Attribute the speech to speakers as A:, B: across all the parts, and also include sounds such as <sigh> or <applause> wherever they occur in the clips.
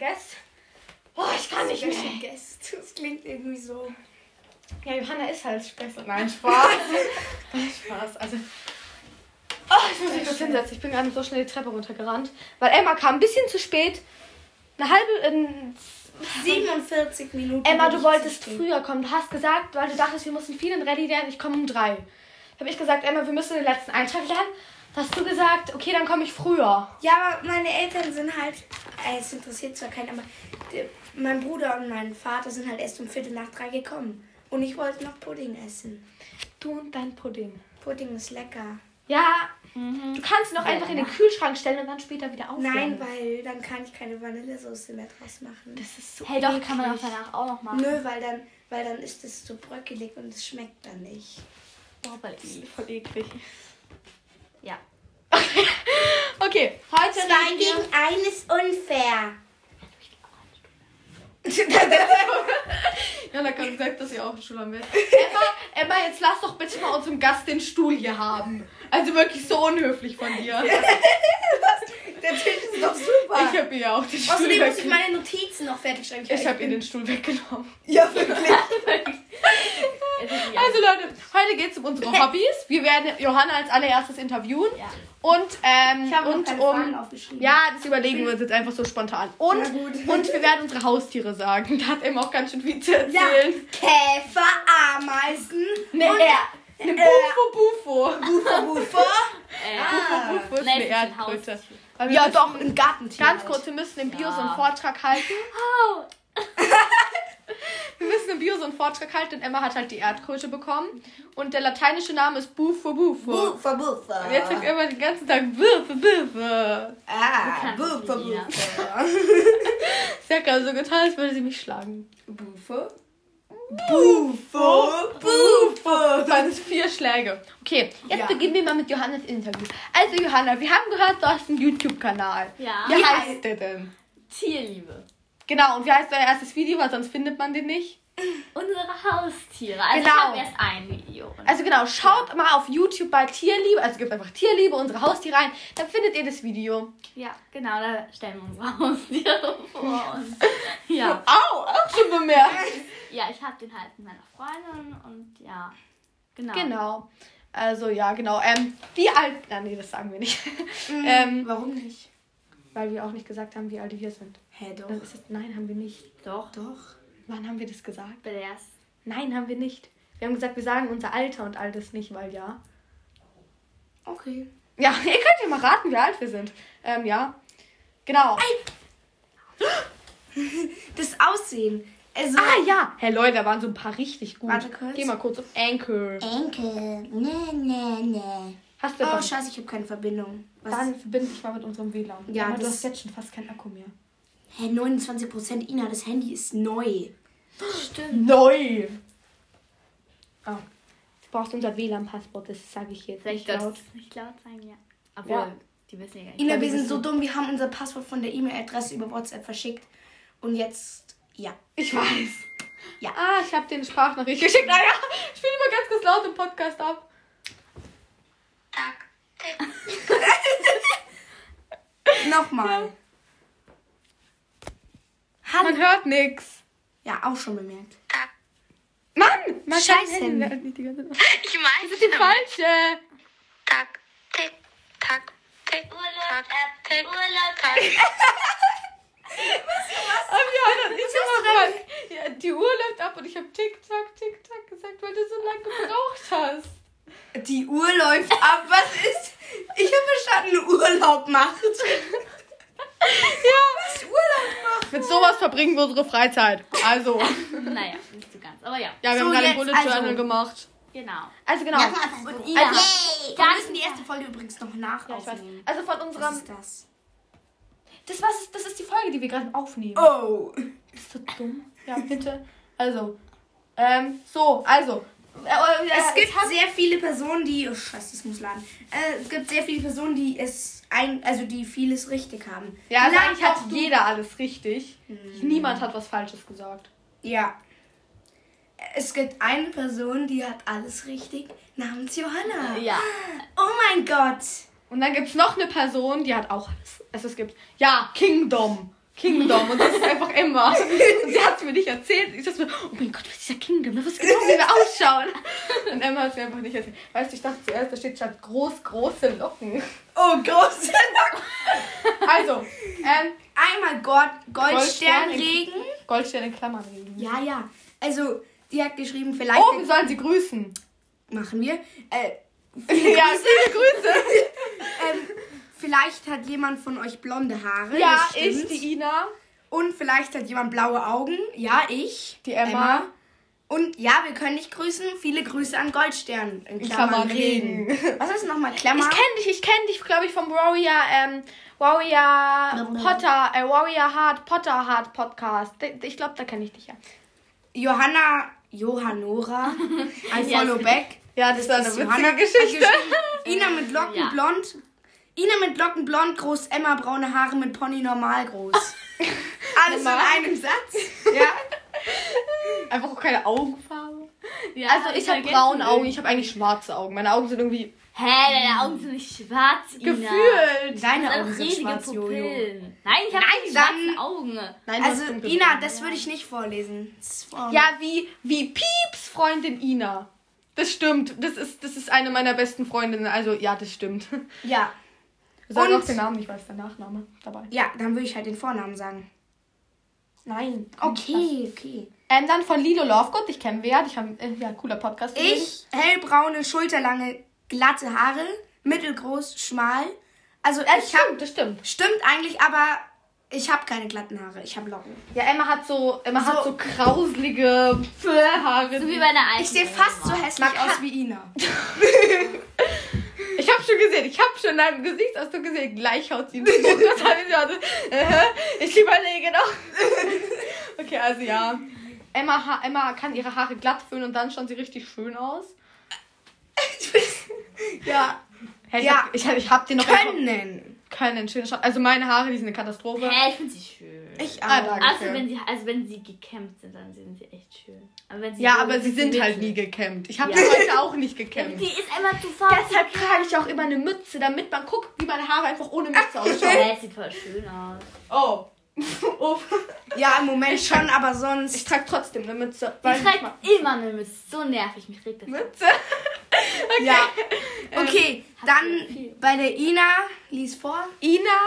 A: Rest. Oh, ich kann nicht mehr.
B: Special Guest.
A: <laughs> Das klingt irgendwie so. Ja, Johanna ist halt Spessel. Nein, Spaß. <laughs> Nein, Spaß. Also. Oh, ich muss mich kurz hinsetzen. Ich bin gerade so schnell die Treppe runtergerannt. Weil Emma kam ein bisschen zu spät. Eine halbe. ähm,
B: 47 Minuten.
A: Emma,
B: bin
A: du
B: ich
A: wolltest
B: zu spät.
A: früher kommen. Du hast gesagt, weil du dachtest, wir müssen viel in Ready lernen. Ich komme um drei. Habe ich gesagt, Emma, wir müssen den letzten Eintrag lernen. Da Hast du gesagt, okay, dann komme ich früher.
B: Ja, aber meine Eltern sind halt, äh, es interessiert zwar keinen, aber die, mein Bruder und mein Vater sind halt erst um Viertel nach drei gekommen. Und ich wollte noch Pudding essen.
A: Du und dein Pudding.
B: Pudding ist lecker.
A: Ja, du kannst ihn auch einfach in den Kühlschrank stellen und dann später wieder aufwärmen.
B: Nein, weil dann kann ich keine Vanillesoße mehr draus machen.
A: Das ist so
C: Hey, doch, kann man auch danach auch noch machen.
B: Nö, weil dann, weil dann ist es zu bröckelig und es schmeckt dann nicht.
C: Oh, weil ich-
A: voll eklig.
C: Ja.
A: <laughs> Okay, heute reden wir-
B: eines unfair.
A: <laughs> Ja, da kann ich sagen, dass ihr auch ein Schüler wird. Emma, Emma, jetzt lass doch bitte mal unserem Gast den Stuhl hier haben. Also wirklich so unhöflich von dir.
B: Der Tisch ist doch super.
A: Ich habe ihr auch den Stuhl
B: Außerdem muss ich
A: weggenommen.
B: meine Notizen noch fertig schreiben.
A: Ich eh habe ihr den Stuhl weggenommen.
B: Ja, wirklich.
C: Es ist ja.
A: Also Leute, heute geht es um <laughs> unsere Hobbys. Wir werden Johanna als allererstes interviewen.
C: Ja.
A: Und, ähm,
B: Ich habe noch
A: und
B: keine Fragen
A: um...
B: aufgeschrieben.
A: Ja, das überlegen wir uns jetzt einfach so spontan. Und,
B: Na gut.
A: und wir werden unsere Haustiere sagen. Da hat Emma auch ganz schön viel zu erzählen.
B: Käfer, Ameisen, äh,
A: Nee, eine Bufo Bufo.
B: Bufo, Bufo.
C: Äh,
B: Ah.
A: Bufo ist
C: nee,
A: eine
C: das ist ein Haus.
A: Erdkröte. Weil wir
B: Ja,
A: müssen-
B: doch, ein halt. Gartentier.
A: Ganz kurz, wir müssen im Bio so einen
C: Ja.
A: Vortrag halten.
C: Oh.
A: Wir müssen im Bio so einen Vortrag halten und Emma hat halt die Erdkröte bekommen. Und der lateinische Name ist Bufo Bufo.
B: Bufo, Bufo.
A: Und jetzt sagt Emma den ganzen Tag Bufo Bufo.
B: Ah,
C: Du kannst
B: Bufo,
C: es, Lina.
B: Bufo.
A: Sie hat gerade so getan, als würde sie mich schlagen.
B: Bufo. Bufo, Bufo.
A: Das waren jetzt vier Schläge. Okay, jetzt
B: Ja.
A: beginnen wir mal mit Johannas Interview. Also Johanna, wir haben gehört, du hast einen YouTube-Kanal.
C: Ja.
A: Wie
B: Ja.
A: heißt der denn?
C: Tierliebe.
A: Genau, und wie heißt dein erstes Video, weil sonst findet man den nicht?
C: Unsere Haustiere. Also
A: Genau.
C: ich habe erst ein Video. Und
A: Also genau, schaut mal auf YouTube bei Tierliebe, also gebt einfach Tierliebe, unsere Haustiere rein, dann findet ihr das Video.
C: ja, genau, da stellen wir unsere Haustiere <laughs> vor uns. Ja.
A: Au, auch schon bemerkt.
C: Ja, ich habe den halt mit meiner Freundin und ja. Genau.
A: <laughs> Genau. Also ja, genau. Ähm, wie alt. Ah, nee, das sagen wir nicht. ähm,
B: Warum nicht?
A: weil wir auch nicht gesagt haben, wie alt wir sind.
B: Hä, doch.
A: Das ist jetzt, nein, haben wir nicht.
C: Doch.
B: Doch.
A: Wann haben wir das gesagt?
C: Bei der ersten.
A: Nein, haben wir nicht. Wir haben gesagt, wir sagen unser Alter und alt ist nicht, weil ja.
B: Okay.
A: Ja, <laughs> ihr könnt ja mal raten, wie alt wir sind. Ähm, ja. Genau.
B: Das Aussehen. Also.
A: Ah ja. Hey Leute, da waren so ein paar richtig gut.
B: Warte kurz.
A: Geh mal kurz auf Anchor.
B: Enkel.
A: Ne,
B: Nee, nee, nee.
A: Hast du
B: Oh,
A: etwas?
B: scheiße, ich habe keine Verbindung. Was?
A: Ähm. Dann verbinde ich mal mit unserem WLAN.
B: Ja,
A: Aber du
B: das-
A: hast jetzt schon fast keinen Akku mehr.
B: Hä, 29 Prozent. Ina, das Handy ist neu.
C: Stimmt.
A: Neu! Ah. Du brauchst unser WLAN-Passwort, das sage ich jetzt nicht
C: Vielleicht darfst
A: laut.
C: du es nicht laut sagen, ja. Obwohl,
A: Ja.
C: die wissen ja gar nicht.
B: Ina,
A: Ja,
B: wir
A: wir
B: sind so
A: wissen.
B: dumm, wir haben unser Passwort von der E-Mail-Adresse über WhatsApp verschickt. Und jetzt, ja.
A: Ich weiß. Ja. Ah, ich habe dir eine Sprachnachricht geschickt. Naja, ich spiele mal ganz kurz laut im Podcast ab.
B: Nochmal.
A: Man hört nix.
B: Ja, auch schon bemerkt.
A: Mann! Man
B: Scheiß Handy.
A: Handy. nicht die ganze <laughs> Zeit.
D: Ich meine,
A: Das ist die falsche.
D: Tag, Tick, Tag, Tick, Urlaub, Tick, Urlaub, Tag.
A: Aber Oh ja, ich hab mal, ja, die Uhr läuft ab und ich habe Tick-Tack, Tick-Tack gesagt, weil du so lange gebraucht hast.
B: Die Uhr läuft ab. Was ist? Ich habe verstanden, Urlaub macht.
A: Ja. Mit sowas verbringen wir unsere Freizeit. Also,
C: Naja, nicht so ganz. Aber ja,
A: ja, wir
B: So,
A: haben gerade
B: jetzt
A: Bullet
B: also.
A: Journal gemacht.
C: genau.
A: Also genau. Ja,
B: Und Ina.
C: Also,
B: wir müssen die erste Folge übrigens noch
A: ich weiß.
B: nachaufnehmen.
A: Also von
B: Was
A: unserem.
B: ist das?
A: Das, was, das ist die Folge, die wir gerade aufnehmen.
B: Oh.
A: Bist du dumm? Ja, bitte. Also. Ähm, so, also. Äh, äh,
B: Es gibt
A: hab-
B: sehr viele Personen, die. Oh, scheiße, das muss laden. Äh, es gibt sehr viele Personen, die es ein, also die vieles richtig haben.
A: ja, also
B: Lad
A: eigentlich
B: doch
A: hat
B: du-
A: jeder alles richtig. Niemand hat was Falsches gesagt.
B: Ja. Es gibt eine Person, die hat alles richtig, namens Johanna.
C: Ja.
B: Oh mein Gott.
A: Und dann gibt es noch eine Person, die hat auch alles. Also es gibt. Ja, Kingdom. Kingdom und das ist einfach Emma. Und sie hat es mir nicht erzählt. Ich dachte mir, oh mein Gott, was ist dieser Kingdom? Ne? Was genau wie wir ausschauen? Und Emma hat es mir einfach nicht erzählt. Weißt du, ich dachte zuerst, da steht statt groß, große Locken.
B: Oh Gott.
A: Also, ähm,
B: Einmal Gott, Goldsternregen.
A: Goldstern in Klammern. reden.
B: Ja, ja. Also, die hat geschrieben, vielleicht
A: Oh, wir sollen sie grüßen.
B: machen wir.
A: <laughs>
B: Äh,
A: Ja, viele Grüße.
B: ähm, vielleicht hat jemand von euch blonde Haare.
A: Ja,
B: das stimmt.
A: ich, die Ina,
B: Und vielleicht hat jemand blaue Augen. Ja, ich.
A: die Emma.
B: Und ja, wir können dich grüßen. Viele Grüße an Goldstern. In
A: Klammern Regen.
B: Was ist nochmal Klammer?
A: Ich kenne dich, ich kenne dich, glaube ich, vom Warrior, ähm, Warrior Potter, äh, Warrior Hard, Potter Hard Podcast. D- Ich glaube, da kenne ich dich ja.
B: Johanna, Johannora, <laughs> I follow back.
A: Ja, das ist eine
B: Johanna hat geschrieben, Ina mit Locken
C: Ja.
B: blond. Ina mit Locken blond groß, Emma braune Haare mit Pony normal <laughs> groß. Alles in
A: Normal.
B: einem Satz. Ja.
A: <laughs> Einfach auch keine Augenfarbe.
C: Ja,
A: Also ich habe
C: vergessen
A: braune
C: wir.
A: Augen, ich habe eigentlich schwarze Augen. Meine Augen sind irgendwie
C: Hä, deine Augen sind nicht schwarz, Ina.
A: Hm. gefühlt.
B: Deine
C: Das
B: Augen
C: sind
B: sind
C: riesige
B: schwarz, Jojo.
C: Pupillen. Nein, ich habe
B: Nein,
C: keine
B: dann-
C: schwarzen Augen.
A: Nein, du
B: Also
A: hast dunkle
B: Ina,
A: Augen.
B: das würde ich nicht vorlesen. Das ist vor-
A: Ja, wie, wie Pieps Freundin Ina. Das stimmt. Das ist, das ist eine meiner besten Freundinnen. Also ja, das stimmt. <laughs> Wir
B: ja.
A: sagen
B: Und-
A: auch den Namen nicht, weil es der Nachname dabei.
B: Ja, dann würde ich halt den Vornamen sagen.
A: Nein.
B: Okay, okay.
A: Ähm, dann von Lilo Lovegood, dich kennen wir ja. Ich habe äh, ja cooler Podcast.
B: Ich, hellbraune, schulterlange, glatte Haare, mittelgroß, schmal. Also
A: Das
B: ich hab,
A: stimmt, das stimmt.
B: stimmt eigentlich, aber ich habe keine glatten Haare, ich habe Locken.
A: Ja, Emma hat so, Emma
B: So-
A: hat so krauselige Haare.
C: So wie bei der alten.
B: Ich sehe fast so
C: Oma.
B: hässlich aus wie Ina.
A: Ich habe schon gesehen, ich habe schon in deinem Gesichtsausdruck gesehen, gleich haut sie. mich. Das hab ich, also, äh, ich überlege noch. <laughs> Okay, also ja. Emma, ha- Emma kann ihre Haare glatt föhnen und dann schauen sie richtig schön aus.
B: <laughs> Ja.
A: Hey, ich
B: Ja.
A: hab, ich, hab- ich hab dir noch
B: Können.
A: können schön schauen. Also meine Haare, die sind eine Katastrophe.
C: Hä, ich finde sie schön.
B: Ich
A: Ah,
B: auch.
A: danke.
C: also, wenn sie, also wenn sie gekämmt sind, dann sind sie echt schön. Aber wenn sie
A: Ja,
C: so
A: aber sie sind halt nie
C: mittel.
A: gekämmt. Ich habe
C: Ja.
A: sie heute auch nicht
C: Ja,
A: gekämmt.
C: Die ist einfach zu faul.
A: Deshalb trage ich auch immer eine Mütze, damit man guckt, wie meine Haare einfach ohne Mütze ausschauen.
C: Hä, sieht voll schön aus.
A: <laughs> Oh. <laughs> oh.
B: Ja, im Moment schon, aber
A: Ich
B: sonst.
A: trage trotzdem eine Mütze.
C: Ich
A: ich
C: trage immer eine Mütze. So nervig, mich regt das.
A: Mütze.
B: Ja. Okay,
C: habt ihr viel?
B: dann bei der Ina, lies vor.
A: Ina,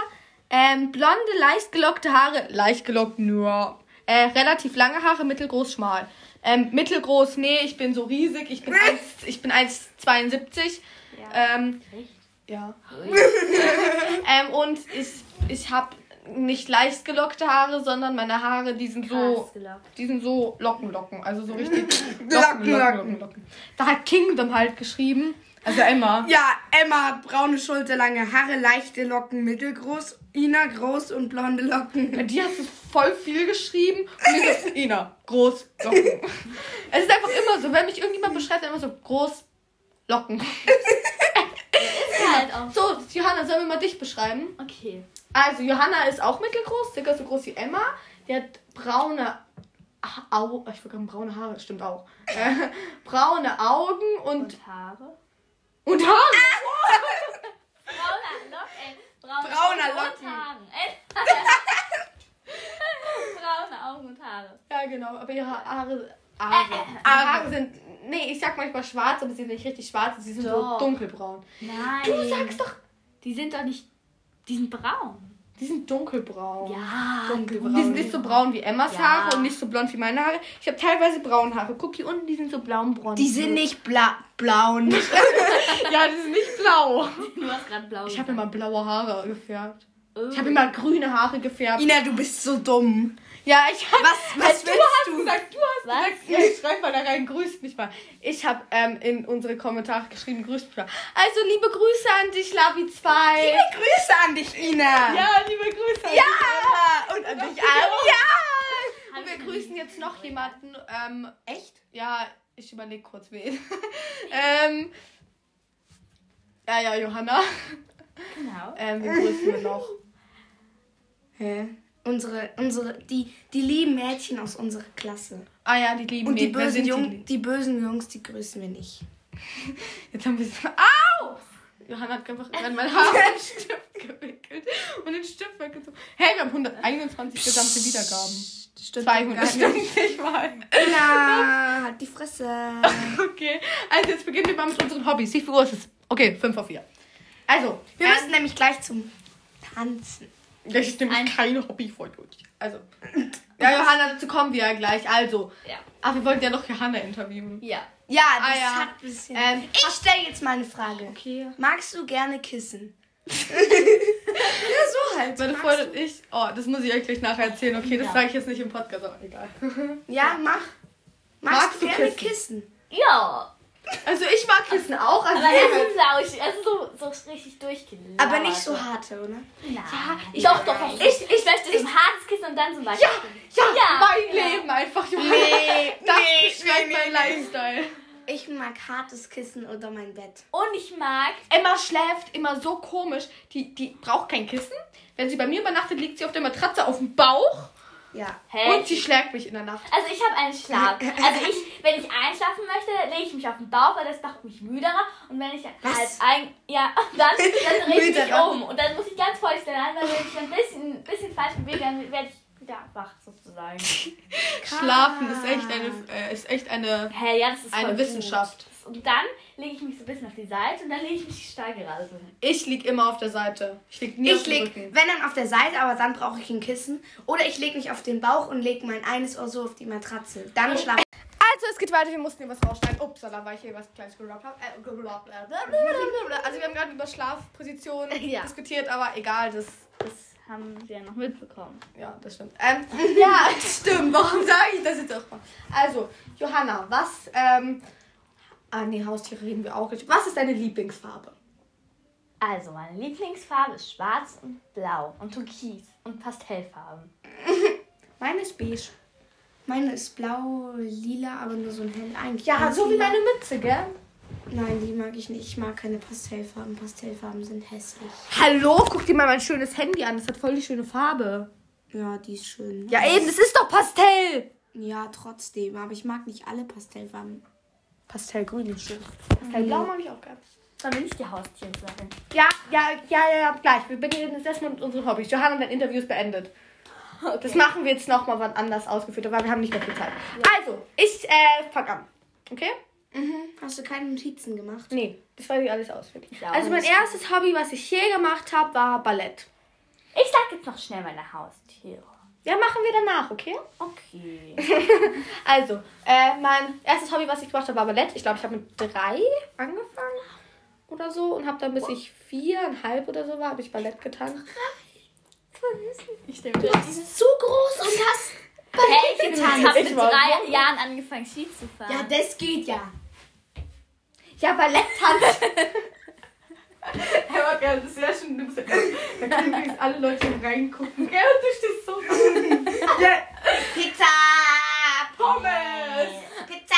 A: ähm, blonde, leicht gelockte Haare. Leicht gelockt nur. Äh, relativ lange Haare, mittelgroß, schmal. Ähm, mittelgroß, nee, ich bin so riesig. Ich bin 1, ich bin 1,72.
C: Ja.
A: Ähm,
C: Echt?
A: ja. <laughs> ähm, und ich, ich habe nicht leicht gelockte Haare, sondern meine Haare, die sind so
C: Krass gelockt.
A: Die sind so Lockenlocken, also so richtig.
B: Locken, Locken.
A: Locken. Da hat Kingdom halt geschrieben. Also Emma.
B: Ja, Emma, braune Schulter, lange Haare, leichte Locken, mittelgroß. Ina, groß und blonde Locken.
A: Bei dir hast du voll viel geschrieben. Und mir so, Ina, groß, <laughs> Locken. Es ist einfach immer so, wenn mich irgendjemand beschreibt, dann immer so, groß, Locken.
C: Halt auch.
A: So, Johanna, sollen wir mal dich beschreiben?
C: Okay.
A: Also, Johanna ist auch mittelgroß, circa so groß wie Emma. Die hat braune Ha- Au ich würde sagen, braune Haare, stimmt auch. <laughs> Äh, braune Augen und,
C: Und Haare.
A: und <laughs> Haare.
C: Brauner Lock, ey. Braune
B: Brauner
C: Augen
B: Locken.
C: Und Haare. Äh? Ey. Braune Augen und Haare.
A: Ja, genau, aber ihre Haare. Haare. Haare sind. Nee, ich sag manchmal schwarz, aber sie sind nicht richtig schwarz, sie sind
C: Doch. Mhm.
A: so dunkelbraun.
C: Nein.
A: Du sagst doch.
C: Die sind doch nicht. Die sind braun.
A: Die sind dunkelbraun.
C: Ja.
A: Dunkelbraun. Die sind nicht so braun wie Emmas
C: Ja.
A: Haare und nicht so blond wie meine Haare. Ich habe teilweise braune Haare. Guck hier unten, die sind so braun-braun.
B: Die sind nicht bla blaun.
A: Ja, die sind nicht blau.
C: <laughs> Du hast gerade blau.
A: Ich habe immer blaue Haare gefärbt.
C: Oh.
A: Ich habe immer grüne Haare gefärbt.
B: Ina, du bist so dumm.
A: Ja, ich habe.
B: Was, was
A: Äh, du
B: willst
A: hast
B: du?
A: gesagt, du hast
C: Was?
A: gesagt, ja, ich schreib mal da rein, grüßt mich mal. Ich habe ähm, in unsere Kommentare geschrieben, grüßt mich mal. Also liebe Grüße an dich, Lavi 2.
B: Liebe Grüße an dich, Ina.
A: Ja, liebe Grüße. an dich.
B: Ja, Ah! Und an dich auch. Ja.
A: Und wir grüßen jetzt noch jemanden. Ähm,
B: Echt?
A: ja, ich überlege kurz wen. <laughs> ähm, ja, ja, Johanna.
C: Genau.
A: Ähm, wir grüßen wir noch.
B: Hä? Unsere, unsere, die, die lieben Mädchen aus unserer Klasse.
A: Ah ja, die lieben
B: Und die
A: Mäd- wer
B: bösen
A: sind
B: Jungs, die bösen Jungs, die grüßen wir nicht.
A: Jetzt haben wir Au! Johanna hat <laughs> einfach in mein Haar einen Stift gewickelt und den Stift weggezogen. Hey, wir haben 121 gesamte Wiedergaben.
B: Stimmt
A: 200
B: gar <laughs> nicht.
A: stimmt nicht mal.
B: <laughs> Na, halt die Fresse.
A: Okay, also jetzt beginnen wir mal mit unseren Hobbys. Wie viel Uhr ist es? Okay, 5 vor 4. Also,
B: Wir
A: ähm,
B: müssen nämlich gleich zum Tanzen.
A: Das ist nämlich
C: Ein-
A: kein Hobby von uns. <laughs> Also. Ja, Johanna, dazu kommen wir ja gleich. Also.
C: Ja.
A: Ach, wir wollten ja noch Johanna interviewen.
C: Ja.
B: Ja, Äh, das
A: Ah, ja.
B: hat ein bisschen.
A: Ähm,
B: ich stelle jetzt mal eine Frage.
A: Okay.
B: Magst du gerne <laughs> kissen? ja, so halt.
A: Meine
B: Magst
A: Freundin und ich. Oh, das muss ich euch gleich nachher erzählen. Okay, das
C: Ja.
A: sage ich jetzt nicht im Podcast, aber egal.
B: du- Ja, mach. Magst,
A: Magst
B: du
A: du
B: gerne
A: kissen?
B: kissen?
C: Ja.
A: Also, ich mag Kissen auch. Also
C: Aber es ist lauschig. Es ist also so, so richtig durchgelaufen.
B: Aber nicht so harte, oder?
C: Nein. doch, doch, doch. Ich, ich möchte so ein hartes Kissen und dann so ein weiches
A: ja,
C: Kissen.
A: ja,
C: Ja,
A: mein
C: genau.
A: Leben einfach,
B: <laughs>
A: Johanna.
B: Nee,
A: Das beschreibt mein Lifestyle.
B: Ich mag hartes Kissen oder mein Bett.
C: Und ich mag.
A: Emma schläft immer so komisch. Die, die braucht kein Kissen. Wenn sie bei mir übernachtet, liegt sie auf der Matratze auf dem Bauch
B: Ja.
C: Hä?
A: und sie schlägt mich in der Nacht.
C: Also ich habe einen Schlaf. Also ich, wenn ich einschlafen möchte, lege ich mich auf den Bauch, weil das macht mich müderer. Und wenn ich
B: Was?
C: halt ein, ja, <laughs> und dann, dann drehe ich mich
B: Müderer.
C: um. Und dann muss ich ganz feucht sein, weil wenn ich ein bisschen, bisschen falsch bewege, dann werde ich wieder wach sozusagen.
A: Schlafen ist echt eine, äh, ist echt eine
C: Hä, ja, das ist
A: Eine
C: voll
A: Wissenschaft.
C: Gut. Und dann lege ich mich so ein bisschen auf die Seite und dann lege ich mich steil gerade so hin.
A: Ich lieg immer auf der Seite. Ich lieg nie auf
B: Ich
A: dem
B: leg,
A: Rücken.
B: wenn dann auf der Seite, aber dann brauche ich ein Kissen. Oder ich lege mich auf den Bauch und lege mein eines Ohr so auf die Matratze. Dann schlafe ich.
A: Also, es geht weiter. Wir mussten hier was rausschneiden. Upsala, weil ich hier was Kleines gerappt habe. Äh, gerappt, äh, blablabla. also, wir haben gerade über <laughs> Schlafpositionen
C: Ja.
A: diskutiert, aber egal, das,
C: Das haben wir noch mitbekommen.
A: ja, das stimmt. <laughs> Ähm, ja, stimmt. Warum sage ich das jetzt auch mal? Also, Johanna, was, ähm, ah, nee, Haustiere reden wir auch nicht. Was ist deine Lieblingsfarbe?
C: Also, meine Lieblingsfarbe ist schwarz und blau und türkis und Pastellfarben.
B: Meine ist beige. Meine ist blau, lila, aber nur so ein hell eigentlich.
A: Ja,
B: ganz
A: so wie
B: lila.
A: meine Mütze, gell?
B: Nein, die mag ich nicht. Ich mag keine Pastellfarben. Pastellfarben sind hässlich.
A: Hallo, guck dir mal mein schönes Handy an. Das hat voll die schöne Farbe.
B: Ja, die ist schön.
A: Ja, eben, das ist doch Pastell.
B: Ja, trotzdem. Aber ich mag nicht alle Pastellfarben.
A: Pastellgrün ist schön. Pastellblau mag ich auch gern.
C: Dann bin ich die Haustiersache.
A: Ja, ja, ja, ja, ja, gleich. Wir beginnen jetzt erstmal mit unseren Hobbys. Johanna hat Interview Interviews beendet. Das machen wir jetzt nochmal wann anders ausgeführt, weil wir haben nicht mehr viel Zeit. Also, ich äh, fang an. Okay?
B: Hast du keine Notizen gemacht?
A: Nee, das weiß ich alles auswendig.
C: Ja,
A: also mein
C: nicht.
A: erstes Hobby, was ich je gemacht habe, war Ballett.
C: Ich sag jetzt noch schnell meine Haustiere.
A: Ja, machen wir danach, okay?
C: Okay.
A: Also, äh, mein erstes Hobby, was ich gemacht habe, war Ballett. Ich glaube, ich habe mit drei angefangen oder so und habe dann, bis ich viereinhalb oder so war, habe ich Ballett getan.
C: Ich stimme dir.
B: Die sind so groß und hast.
C: Hey, ich
B: getanzt.
C: habe
A: Ich
C: mit
A: war-
C: drei Jahren angefangen, Ski zu fahren.
B: Ja, das geht ja.
A: Ja, Ballett tanzt. Aber gell, das wäre schon. Da können übrigens alle Leute reingucken. Gell, du stehst so.
B: <laughs> Pizza!
A: Pommes!
B: Pizza!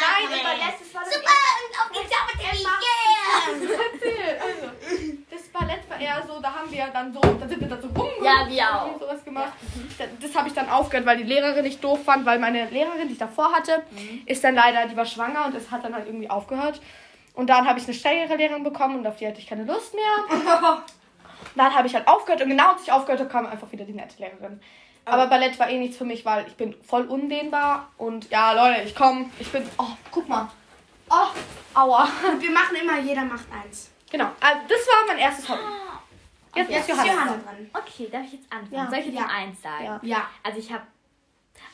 A: Nein, aber letztes war das.
B: Super! Und auf geht's ja mit der Yeah!
A: Erzähl, also. Das Ballett war eher so, da haben wir dann so, da sind wir da so rum.
C: Ja, wir auch. mhm.
A: sowas gemacht. Da- Das habe ich dann aufgehört, weil die Lehrerin nicht doof fand, weil meine Lehrerin, die ich davor hatte,
C: Mhm.
A: ist dann leider, die war schwanger und das hat dann halt irgendwie aufgehört. Und dann habe ich eine strengere Lehrerin bekommen und auf die hatte ich keine Lust mehr.
C: <laughs>
A: dann habe ich halt aufgehört und genau als ich aufgehört habe, kam einfach wieder die nette Lehrerin.
C: Oh.
A: Aber Ballett war eh nichts für mich, weil ich bin voll undehnbar und ja, Leute, ich komme, ich bin, oh, guck mal. Oh, aua. <laughs>
B: Und wir machen immer, jeder macht eins.
A: Genau, also das war mein erstes Hobby. Jetzt ist Johanna.
B: dran.
C: Okay, darf ich jetzt anfangen?
A: Ja.
C: Soll ich jetzt
B: Ja.
C: eins sagen?
A: Ja.
B: Ja.
C: Also ich habe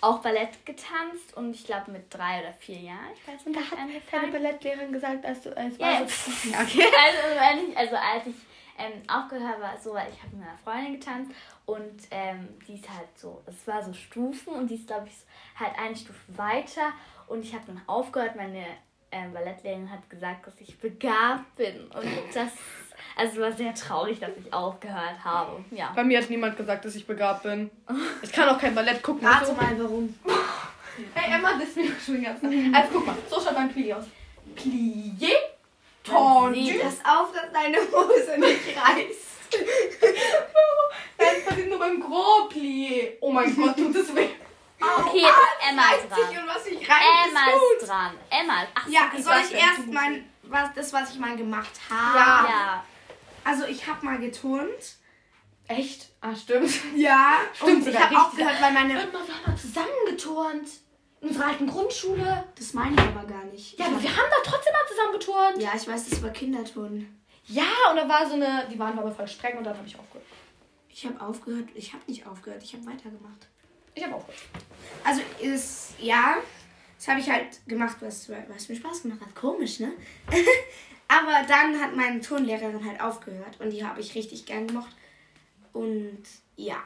C: auch Ballett getanzt und ich glaube mit drei oder vier Jahren. Ich weiß
A: Und
C: nicht,
A: da
C: wann ich
A: hat deine
C: angefangen.
A: Ballettlehrerin gesagt, als du als
C: Ja,
A: war so, ja, okay.
C: <laughs> also, wenn ich, also als ich ähm, aufgehört habe, war es so, weil ich habe mit meiner Freundin getanzt und ähm, die ist halt so, es war so Stufen und die ist, glaube ich, halt eine Stufe weiter und ich habe dann aufgehört, meine ähm, Ballettlehrerin hat gesagt, dass ich begabt bin und das, also es war sehr traurig, dass ich aufgehört habe, ja.
A: Bei mir hat niemand gesagt, dass ich begabt <laughs> bin. Ich kann auch kein Ballett gucken.
B: Rate
A: so.
B: mal, warum.
A: Hey Emma, das ist mir schon ganz nah. Also guck mal, so schaut mein Pli aus. Plié, tendu.
B: Pass auf, dass deine Hose nicht reißt.
A: Nein, das passiert nur beim Gros Plié. Oh <laughs> mein Gott, tut das weh. Ah,
C: Okay, jetzt ist Emma
B: <laughs> Reißt sich
A: Ähm,
B: und was
C: dran.
B: nicht
C: Emma
B: reißt.
C: ist dran. Emma, ach so,
B: Ja,
C: die
B: soll
C: sagt-
B: ich erst mein was, das, was ich mal gemacht habe.
A: Ja.
C: Ja.
B: Also ich habe mal geturnt.
A: Echt? Ah, stimmt.
B: Ja.
A: Stimmt,
B: und ich
A: sogar
B: habe auch
A: richtig.
B: gehört, weil meine...
A: Irgendwann haben wir zusammengeturnt. In unserer alten Grundschule.
B: Das meine ich aber gar nicht.
A: Ja, aber wir haben da trotzdem mal zusammengeturnt.
B: ja, ich weiß, das war Kinderturnen.
A: Ja, und da war so eine. Die waren aber voll streng und dann habe ich aufgehört.
B: Ich habe aufgehört. Ich habe nicht aufgehört. Ich habe weitergemacht.
A: Ich habe aufgehört.
B: Also ist ja, das habe ich halt gemacht, was, was mir Spaß gemacht hat. Komisch, ne? <laughs> Aber dann hat meine Turnlehrerin halt aufgehört und die habe ich richtig gern gemocht. Und ja.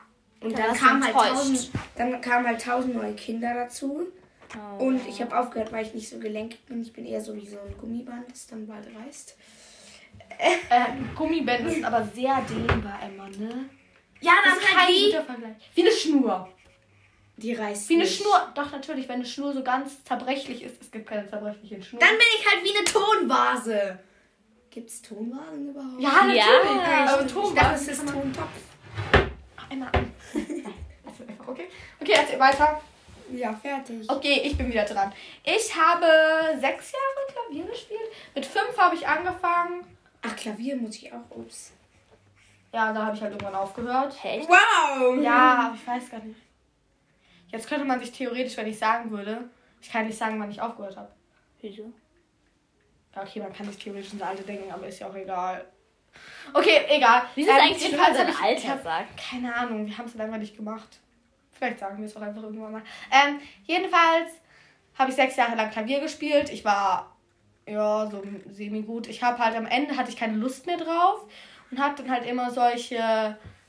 B: Und
C: Da
B: dann
C: warst du
B: kamen halt,
C: enttäuscht.
B: tausend, dann kamen halt tausend neue Kinder dazu.
C: Oh.
B: Und ich habe aufgehört, weil ich nicht so gelenkig bin. Ich bin eher so wie so ein Gummiband, das dann bald reißt.
A: Ähm, Gummibänder sind aber sehr dehnbar, Emma, ne?
B: Ja,
A: Das ist
C: halt
A: kein guter Vergleich. Wie eine Schnur.
B: Die reißt
A: Wie eine
B: nicht.
A: Schnur. Doch, natürlich, wenn eine Schnur so ganz zerbrechlich ist. Es gibt keine zerbrechlichen Schnur.
B: Dann bin ich halt wie eine Tonvase. Gibt's Tonvasen überhaupt?
A: ja, natürlich.
C: Ja,
A: aber
B: ich
A: Ton
B: dachte, es ist Tontopf.
A: Emma. Nein. <laughs> Also, Emma, Okay, okay, erzähl weiter.
B: Ja, fertig.
A: Okay, ich bin wieder dran. Ich habe sechs Jahre Klavier gespielt. Mit fünf habe ich angefangen.
B: Ach, Klavier muss ich auch. Ups.
A: Ja, da habe ich halt irgendwann aufgehört.
C: Echt?
B: Wow!
A: Ja, aber ich weiß gar nicht. Jetzt könnte man sich theoretisch, wenn ich sagen würde, ich kann nicht sagen, wann ich aufgehört habe.
C: Wieso?
A: Ja, okay, man kann sich theoretisch ins Alter denken, aber ist ja auch egal. Okay, egal.
C: Wieso ist
A: Ähm,
C: eigentlich schlimm, wenn
A: jedenfalls
C: man
A: hab
C: sein
A: ich-
C: Alter sagt?
A: Keine Ahnung, wir haben es einfach nicht gemacht. Vielleicht sagen wir es auch einfach irgendwann mal. Ähm, jedenfalls habe ich sechs Jahre lang Klavier gespielt. Ich war ja so semi-gut. Ich habe halt am Ende hatte ich keine Lust mehr drauf und habe dann halt immer solche,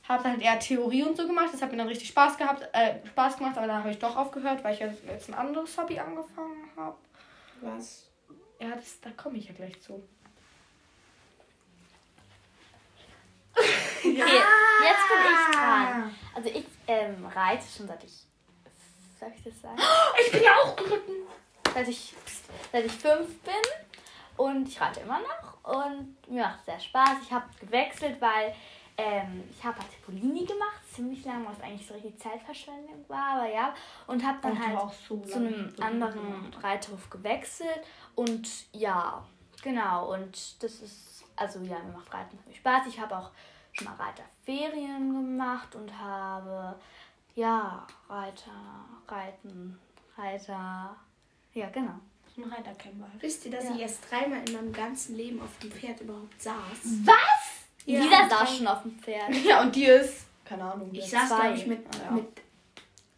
A: habe halt eher Theorie und so gemacht. Das hat mir dann richtig Spaß gehabt, äh, Spaß gemacht, aber dann habe ich doch aufgehört, weil ich jetzt jetzt ein anderes Hobby angefangen habe.
B: Was?
A: Ja, das, da komme ich ja gleich zu.
C: Okay, jetzt bin ich dran. Also ich ähm, reite schon seit ich. Darf ich das sagen?
A: Oh, Ich bin ja auch geritten.
C: Seit ich, seit ich fünf bin. Und ich reite immer noch. Und mir macht es sehr Spaß. Ich habe gewechselt, weil ähm, ich habe halt Polini gemacht. Ziemlich lange, was eigentlich so richtig Zeitverschwendung war. Aber ja. Und habe dann
A: Und du
C: halt
A: auch so
C: zu
A: lange
C: einem
A: so Mhm.
C: anderen
A: gemacht.
C: Reiterhof gewechselt. Und ja, genau. Und das ist, also ja, mir macht Reiten viel Spaß. Ich habe auch schon mal Reiterferien gemacht und habe, ja, Reiter, Reiten, Reiter. Ja, genau.
A: Ein Reitercamp halt.
B: Wisst ihr, dass
C: Ja.
B: ich erst dreimal in meinem ganzen Leben auf dem Pferd überhaupt saß?
C: Was?
B: Ja.
C: Lisa saß schon auf dem Pferd.
A: <laughs> Ja, und die ist. Keine Ahnung.
B: Ich
A: jetzt.
B: saß,
C: zwei.
B: glaube ich, mit,
A: Ah, ja.
B: mit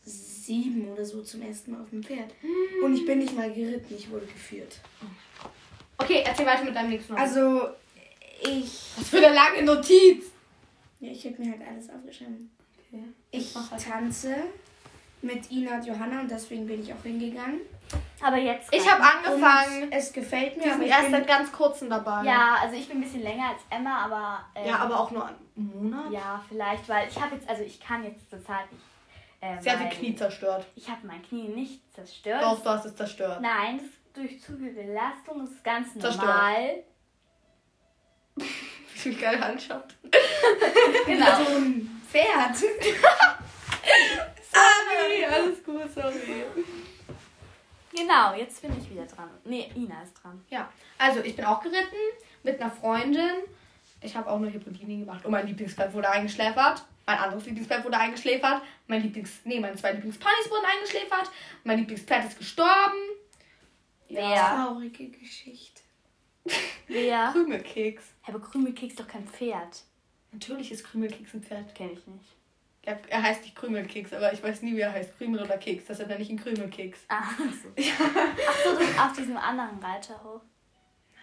B: sieben oder so zum ersten Mal auf dem Pferd.
C: Hm.
B: Und ich bin nicht mal geritten, ich wurde geführt.
A: Okay, erzähl weiter mit deinem nächsten Mal.
B: Also, ich.
A: was für eine lange Notiz.
B: Ja, ich habe mir halt alles aufgeschrieben.
A: Okay.
B: Ich
A: mach halt.
B: tanze mit Ina und Johanna und deswegen bin ich auch hingegangen.
C: Aber jetzt.
A: Ich habe angefangen.
B: Und es gefällt mir,
A: Wir
B: aber
A: sind
B: ich
A: erst
B: bin
A: seit ganz kurzem dabei.
C: Ja, also ich bin ein bisschen länger als Emma, aber. ähm,
A: Ja, aber auch nur einen Monat.
C: Ja, vielleicht, weil ich habe jetzt, also ich kann jetzt zurzeit nicht. äh,
A: Sie hat
C: weil
A: ihr Knie zerstört.
C: Ich habe mein Knie nicht zerstört.
A: Doch, du hast es zerstört.
C: Nein, das ist durch zu viel Belastung das ist ganz
A: Zerstört.
C: normal.
A: <laughs> Wie geil anschaut.
C: Genau.
B: ein Pferd.
A: Sorry, alles gut, sorry.
C: genau, jetzt bin ich wieder dran. Nee, Ina ist dran.
A: Ja, also ich bin auch geritten mit einer Freundin. Ich habe auch nur Hippodini gemacht. Und mein Lieblingspferd wurde eingeschläfert. Mein anderes Lieblingspferd wurde eingeschläfert. Mein Lieblings... Nee, meine zwei Lieblingsponys wurden eingeschläfert. Mein Lieblingspferd ist gestorben.
C: Ja.
B: Traurige Geschichte.
C: Wer?
A: Krümelkeks.
C: Aber Krümelkeks ist doch kein Pferd.
A: Natürlich ist Krümelkeks ein Pferd.
C: Kenne ich nicht.
A: Ja, er heißt nicht Krümelkeks, aber ich weiß nie, wie er heißt. Krümel oder Keks. Deshalb nenne ich ihn Krümelkeks.
C: Ah, so. Ach so, das ist auf diesem anderen Reiterhof.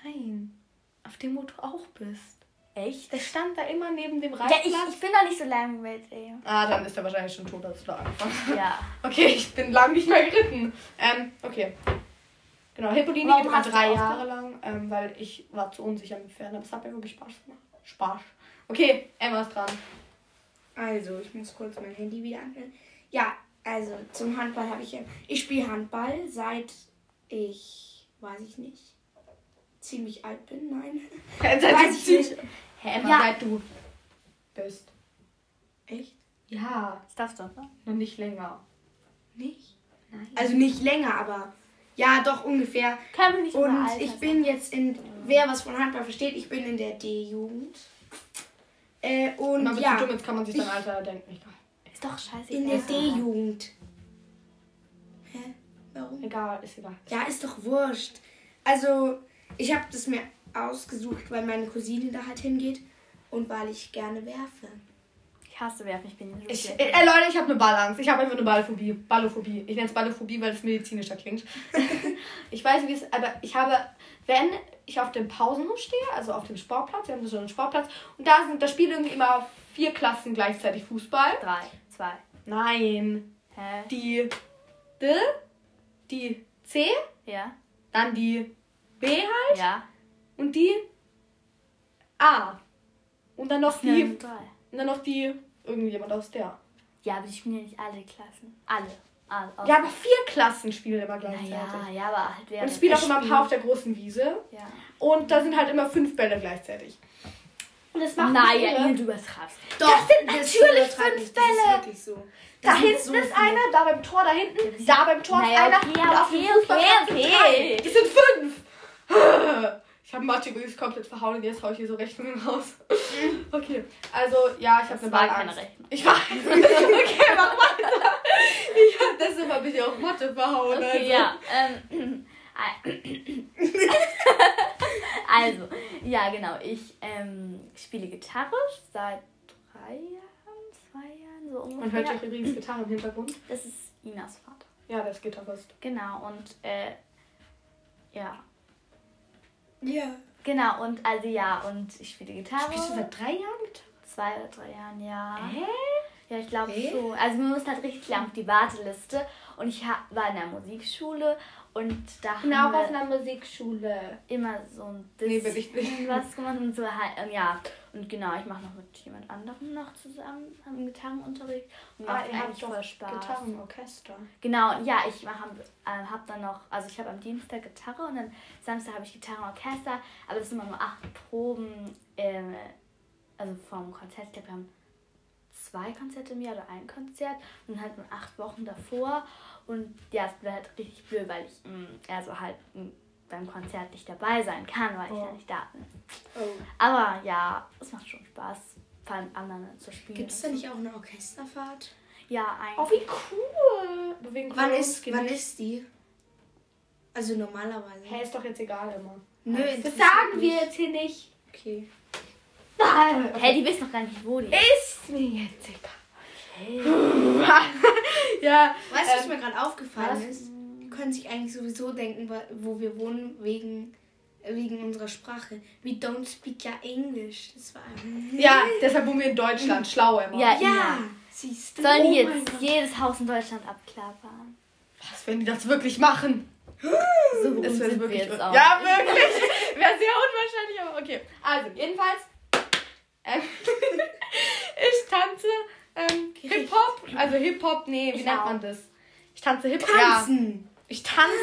A: Nein. Auf dem, wo du auch bist.
C: Echt?
A: Der stand da immer neben dem
C: Ja,
A: Reitplatz.
C: ich, ich bin doch nicht so lange mit ihm.
A: ah, dann ist er wahrscheinlich schon tot, als du da angefangen hast.
C: Ja.
A: Okay, ich bin lang nicht mehr geritten. Ähm, okay. Genau, Hippodini
C: Warum
A: immer
C: hast du
A: drei
C: aufgehört?
A: Jahre lang, ähm, weil ich war zu unsicher mit Pferden. Aber es hat mir wirklich Spaß gemacht. Spaß. Okay, Emma ist dran.
B: Also, ich muss kurz mein Handy wieder anhören. Ja, also zum Handball habe ich ja. Ich spiele Handball seit ich, weiß ich nicht, ziemlich alt bin, nein. <laughs> Weiß ich nicht.
A: Hä, Emma,
C: Ja.
A: seit du bist.
B: Echt?
A: Ja,
C: Das darfst du, ne?
A: noch nicht länger.
B: Nicht?
A: Nein.
B: Also nicht länger, aber Ja, doch, ungefähr.
C: Können wir nicht über
B: Und
C: Alter
B: ich bin jetzt in, wer was von Handball versteht, ich bin in der D-Jugend. Äh, und
A: Man wird
B: ja,
A: zu dumm, jetzt kann man sich sein Alter denken. Egal.
C: sagen. Ist doch scheiße.
B: in der D-Jugend. Hä? Warum?
A: Egal, ist egal.
B: Ja, ist doch wurscht. Also, ich habe das mir ausgesucht, weil meine Cousine da halt hingeht und weil ich gerne werfe.
C: Ich hasse werfen, ich bin nicht
A: Ich,
C: so
A: ey, Leute, ich habe eine Ballangst. Ich habe einfach eine Ballophobie. Ballophobie. Ich nenne es Ballophobie, weil es medizinischer <laughs> klingt. ich weiß nicht, wie es, aber ich habe, wenn ich auf dem Pausenhof stehe, also auf dem Sportplatz, wir haben so einen Sportplatz, und da sind, da spielen irgendwie immer vier Klassen gleichzeitig Fußball.
C: Drei, zwei.
A: Nein.
C: Hä?
A: Die D, die C,
C: Ja?
A: dann die B halt
C: Ja?
A: und die A. Und dann noch die,
C: Ja,
A: und
C: drei.
A: dann noch die, irgendjemand aus der.
C: Ja, aber die spielen ja nicht alle Klassen. Alle. alle aus-
A: Ja, aber vier Klassen spielen immer gleichzeitig.
C: Naja, ja, aber halt wer.
A: Und es spielen auch immer ein paar auf der großen Wiese.
C: Ja.
A: Und da sind halt immer fünf Bälle gleichzeitig. Und das macht
C: Naja, ihr du übertreibst.
A: <laughs>
B: Doch,
A: sind natürlich
B: übertreibt
A: fünf
B: nicht, das
A: Bälle.
B: Ist wirklich so.
A: Da
B: Das sind
A: hinten
B: so
A: ist
B: viele.
A: einer, da beim Tor da hinten, da beim Tor ist
C: Naja,
A: einer.
C: okay,
A: und auf dem
C: okay,
A: Fußballplatz
C: okay,
A: sind drei.
C: okay.
A: Es sind fünf. <laughs> Ich habe Mathe übrigens komplett verhauen und jetzt haue ich hier so Rechnungen raus. Okay, also ja, ich habe
C: Mhm. Das
A: eine
C: war
A: Ballangst.
C: keine Rechnung.
A: Ich weiß. <laughs> Okay, mach weiter. Ich habe das immer ein bisschen auf Mathe verhauen.
C: Okay,
A: also.
C: ja. Ähm, <clears throat> also, ja, genau. Ich ähm, spiele Gitarre seit drei Jahren, zwei Jahren, so ungefähr.
A: Man hört auch übrigens Gitarre im Hintergrund.
C: Das ist Inas Vater.
A: Ja, das Gitarrist.
C: Genau, und äh, ja.
B: Ja.
C: Genau, und also ja, und ich spiele Gitarre.
A: Spielst du seit drei Jahren Gitarre?
C: zwei oder drei Jahren, ja.
A: Hä?
C: Ja, ich glaube
B: Hä?
C: schon. Also man muss halt richtig lang auf die Warteliste. Und ich ha- war in der Musikschule und da
A: Bin auch auf
C: haben wir
A: einer Musikschule.
C: immer so ein
A: Nee,
C: bisschen
A: bin ich nicht.
C: <laughs> was gemacht und so halt, und ja. Und genau, ich mache noch mit jemand anderem noch zusammen, haben einen Gitarrenunterricht und
A: Ah,
C: macht mir eigentlich voll Spaß.
A: Gitarrenorchester.
C: Genau, und ja, ich mache, ähm, hab dann noch, also ich habe am Dienstag Gitarre und am Samstag habe ich Gitarrenorchester, aber das sind immer nur acht Proben, ähm, also vom Konzert. Ich glaube, wir haben zwei Konzerte im Jahr oder ein Konzert und halt nur acht Wochen davor. Und ja, es wäre halt richtig blöd, weil ich ähm, also halt ähm, beim Konzert nicht dabei sein kann, weil ich
A: Oh.
C: ja nicht da bin.
B: Oh.
C: Aber ja, es macht schon Spaß, vor allem anderen zu spielen.
B: Gibt es da nicht auch eine Orchesterfahrt?
C: Ja, eigentlich.
A: Oh, wie cool. Aber wegen
B: Wann
A: Corona
B: ist,
A: geht
B: wann
A: nicht.
B: ist die? Also normalerweise.
A: Hä, ist doch jetzt egal immer.
B: Nö,
A: Das
B: interessiert
A: sagen
B: mich.
A: wir jetzt hier nicht.
B: Okay.
A: Nein.
C: Hey, die wissen noch gar nicht, wo die
A: Ist mir jetzt egal. <laughs> ja.
B: Weißt du, was
A: Ähm,
B: mir gerade aufgefallen
A: was?
B: ist? Die können sich eigentlich sowieso denken, wa- wo wir wohnen, wegen, äh, wegen unserer Sprache. We don't speak ja English. Das war einfach.
A: ja, deshalb wohnen wir in Deutschland. Schlau immer.
C: Ja.
B: Ja, siehst du.
C: Sollen die
A: Oh mein
C: jetzt jedes Haus in Deutschland abklappern?
A: Was, wenn die das wirklich machen?
C: So
A: Das wäre
C: sind wir
A: wirklich.
C: jetzt auch.
A: Ja, wirklich. <laughs> Wäre sehr unwahrscheinlich, aber okay. Also, jedenfalls. Ähm, <laughs> ich tanze ähm, Hip-Hop. Also Hip-Hop, nee, wie
C: Ich
A: nennt
C: auch.
A: man das? Ich tanze Hip-Hop. Ja.
B: Tanzen.
A: Ich tanze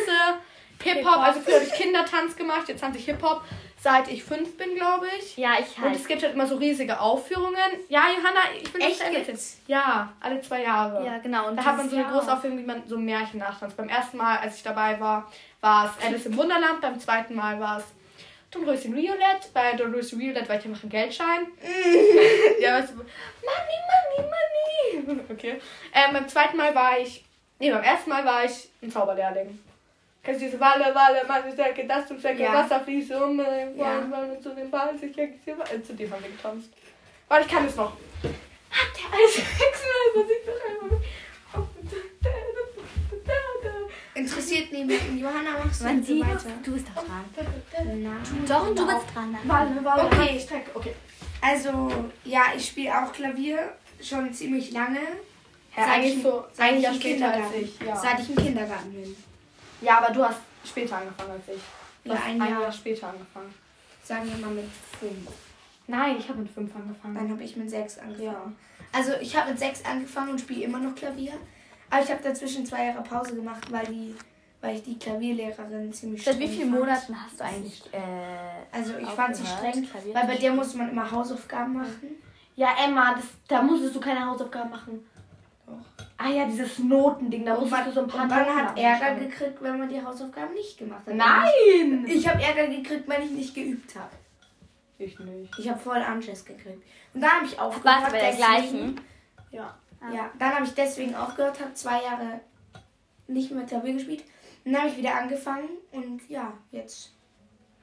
A: Hip-Hop,
C: Hip-Hop.
A: also früher habe ich Kindertanz gemacht, jetzt tanze ich Hip-Hop, seit ich fünf bin, glaube ich.
C: Ja, ich
A: Und
C: halt.
A: es gibt halt immer so riesige Aufführungen. Ja, Johanna, ich bin
B: Echt
A: jetzt.
B: jetzt?
A: Ja, alle zwei Jahre.
C: ja, genau. Und
A: Da hat man
C: dieses
A: so eine
C: Jahr
A: große
C: auch.
A: Aufführung, wie man so ein Märchen nachtanzt. Beim ersten Mal, als ich dabei war, war es Alice im Wunderland. Beim zweiten Mal war es Dolores in Violet. Bei Dolores in Violet war ich einfach ein Geldschein.
C: <laughs>
A: ja, weißt du, Money, Money, Money. Okay. Ähm, beim zweiten Mal war ich, nee, beim ersten Mal war ich ein Zauberlehrling. Kennst du diese Walle, Walle, meine Stärke, das zum Stärke,
B: Ja.
A: Wasser fließt um, äh,
B: Ja.
A: wollen, wollen, zu dem Ball, sich äh, zu dem haben wir getanzt. Warte, ich kann es noch. Hat der alles
B: Interessiert niemanden. Johanna, machst du
C: Man
B: bitte
C: sieht,
B: weiter?
C: du bist doch dran.
B: Nein.
C: Doch, du
A: genau.
C: bist dran. ne? Nein.
A: Walle, Walle,
B: Okay.
A: okay. Strecke. Okay.
B: Also, ja, ich spiele auch Klavier schon ziemlich lange.
A: Ja,
B: Seit
A: eigentlich
B: ich-
A: so
B: seit
A: ein
B: ich
A: Jahr
B: im
A: später als
B: Kindergarten-
A: ich, ja.
B: Seit ich im Kindergarten bin.
A: Ja, aber du hast später angefangen als ich. Du
B: Ja,
A: hast
B: ein Jahr.
A: später angefangen.
B: Sagen wir mal mit fünf.
A: Nein, ich habe mit fünf angefangen.
B: Dann habe ich mit sechs angefangen.
A: Ja.
B: Also ich habe mit sechs angefangen und spiele immer noch Klavier. Aber ich habe dazwischen zwei Jahre Pause gemacht, weil die, weil ich die Klavierlehrerin ziemlich
C: Seit wie vielen
B: fand.
C: Monaten hast du eigentlich. Äh,
B: Also ich fand sie
C: aufgehört,
B: streng,
C: Klavier
B: weil
C: zu
B: bei der musste man immer Hausaufgaben machen.
A: Ja, Emma, das, da musstest du keine Hausaufgaben machen.
B: Doch.
A: Ah ja, dieses Notending, da
B: Und
A: musstest
B: man,
A: du so ein paar
B: und man
A: Noten
B: hat Ärger
A: abstimmen.
B: gekriegt, wenn man die Hausaufgaben nicht gemacht hat.
A: Nein!
B: Ich habe Ärger gekriegt, wenn ich nicht geübt habe.
A: Ich nicht.
B: Ich habe voll Anschiss gekriegt. Und da habe ich aufgehört.
C: War es bei der
B: deswegen-
C: gleichen?
A: Ja.
B: Ja, Ähm, dann habe ich deswegen aufgehört, habe zwei Jahre nicht mehr Klavier gespielt. Dann habe ich wieder angefangen und ja, jetzt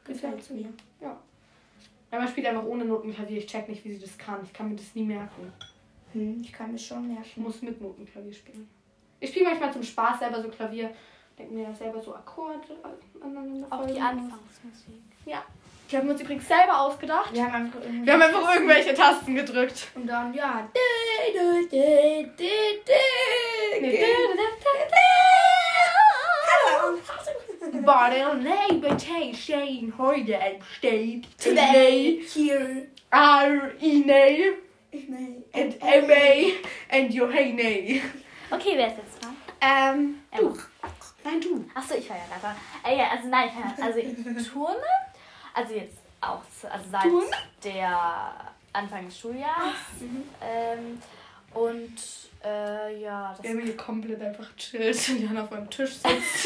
B: gefällt es mir.
A: Ja, man spielt einfach ohne Notenklavier. Ich check nicht, wie sie das kann. Ich kann mir das nie merken.
B: Hm, ich kann mir schon
A: Ich
B: merken.
A: muss mit Notenklavier spielen. Ich spiele manchmal zum Spaß selber so Klavier. Denke mir selber so Akkorde aneinander
C: Auch die
A: folgen.
C: Anfangsmusik.
A: Ja. Die haben wir uns übrigens selber ausgedacht.
B: Wir haben einfach irgendwie-
A: Wir haben einfach irgendwelche Tasten gedrückt.
B: Und dann, ja. Dä, dä, dä, dä, dä,
A: Nee,
B: dä,
A: dä, dä,
B: dä, dä. Hallo.
A: Body Levitation heute entsteht.
B: Today, here,
A: R E N
B: in my-
A: and M A and your hey nay.
C: Okay, wer ist jetzt dran?
A: Ähm,
C: Emma.
A: nein du.
C: Achso, ich war ja gerade. Äh, ja, also nein, ich war,
A: <laughs>
C: also ich turne. Also jetzt auch z- also seit
A: Turnen? mhm.
C: der Anfang des Schuljahres. ähm, und äh, ja, das,
A: Emily komplett einfach chillt <laughs> und Jan auf meinem Tisch sitzt.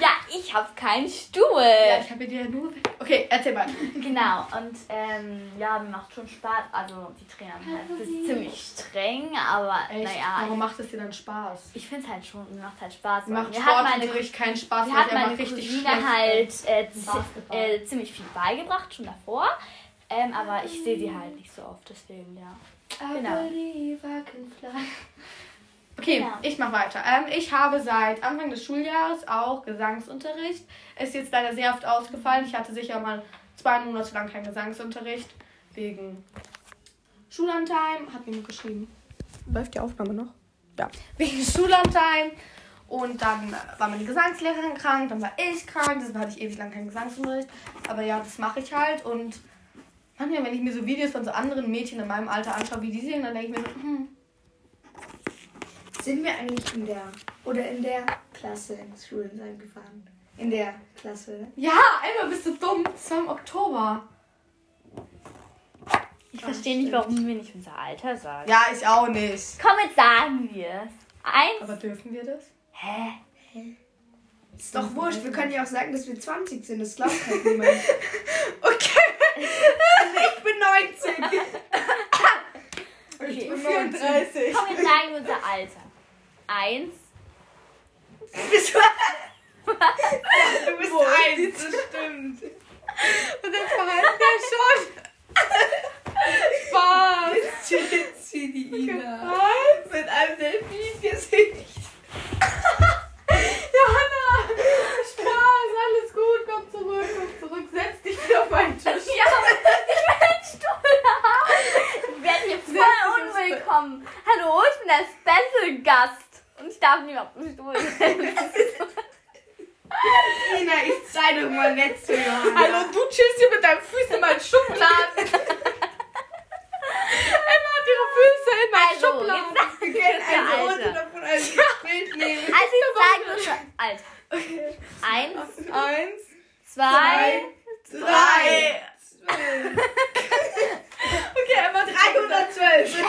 C: ja, ich habe keinen Stuhl.
A: ja, ich habe dir ja nur. Okay, erzähl mal.
C: Genau, und ähm, ja, mir macht schon Spaß. Also die Trainer sind halt das ist ziemlich streng, aber
A: Echt?
C: naja,
A: Warum macht es dir dann Spaß?
C: ich, ich finde es halt schon, mir macht halt Spaß. Und
A: Macht
C: mir hat meine
A: Sportunterricht keinen Spaß,
C: Sie
A: weil
C: hat
A: ich einfach
C: meine
A: richtig
C: Cousine
A: schlecht
C: halt äh, zi-
A: Basketball.
C: äh, ziemlich viel beigebracht, schon davor. Ähm, aber ich sehe sie halt nicht so oft, deswegen ja. Genau.
A: Okay,
C: Genau.
A: ich mache weiter. Ähm, ich habe seit Anfang des Schuljahres auch Gesangsunterricht. Ist jetzt leider sehr oft ausgefallen. Ich hatte sicher mal zwei Monate lang keinen Gesangsunterricht wegen Schulantime. Hat mir nur geschrieben. Läuft die Aufnahme noch? Ja. Wegen Schulantime. Und dann äh, war meine Gesangslehrerin krank, dann war ich krank, deshalb hatte ich ewig lang keinen Gesangsunterricht. Aber ja, das mache ich halt. Und manchmal, wenn ich mir so Videos von so anderen Mädchen in meinem Alter anschaue, wie die singen, dann denke ich mir so, hm,
B: Sind wir eigentlich in der oder in der Klasse ins Schulensheim gefahren? In der Klasse.
A: Ja, Emma, bist du dumm? Es war im Oktober.
C: Ich verstehe nicht, warum wir nicht unser Alter sagen.
A: Ja, ich auch nicht.
C: Komm, jetzt sagen wir es. Eins.
A: Aber dürfen wir das?
C: Hä?
B: Ist doch wurscht, wir können ja auch sagen, dass wir 20 sind. Das glaubt <laughs> halt niemand.
A: Okay.
B: ich bin 19.
C: Okay.
B: bin
A: 34.
C: Komm, jetzt sagen wir unser Alter. Eins.
A: Du bist eins, das
B: <laughs>
A: stimmt. Und <laughs> das verhalten wir schon. Spaß.
B: Jetzt wie die Ina.
A: Was?
B: Mit einem Delfin gesehen.
A: Johanna, Spaß, alles gut, komm zurück, komm zurück, setz dich wieder auf meinen
C: <laughs> Ja,
A: Tisch.
C: ich will einen Stuhl haben. Ich werde hier
A: Setz
C: voll
A: dich aufs
C: unwillkommen. Hallo, ich bin der Special Gast. Und ich darf nicht auf den Stuhl.
B: Ina, ich sei doch mal nett zu Johanna.
A: Hallo, du chillst hier mit deinen Füßen in meinen Schubladen. Emma hat ihre Füße in meinen
C: Also,
A: Schubladen.
C: jetzt
B: wir können ein
C: Alter.
B: Foto davon als Bild nehmen.
C: Also ich sage unser Alter. Eins,
A: Eins,
C: zwei,
A: drei. <laughs>
B: Zwölf.
A: Okay, Emma,
B: 312.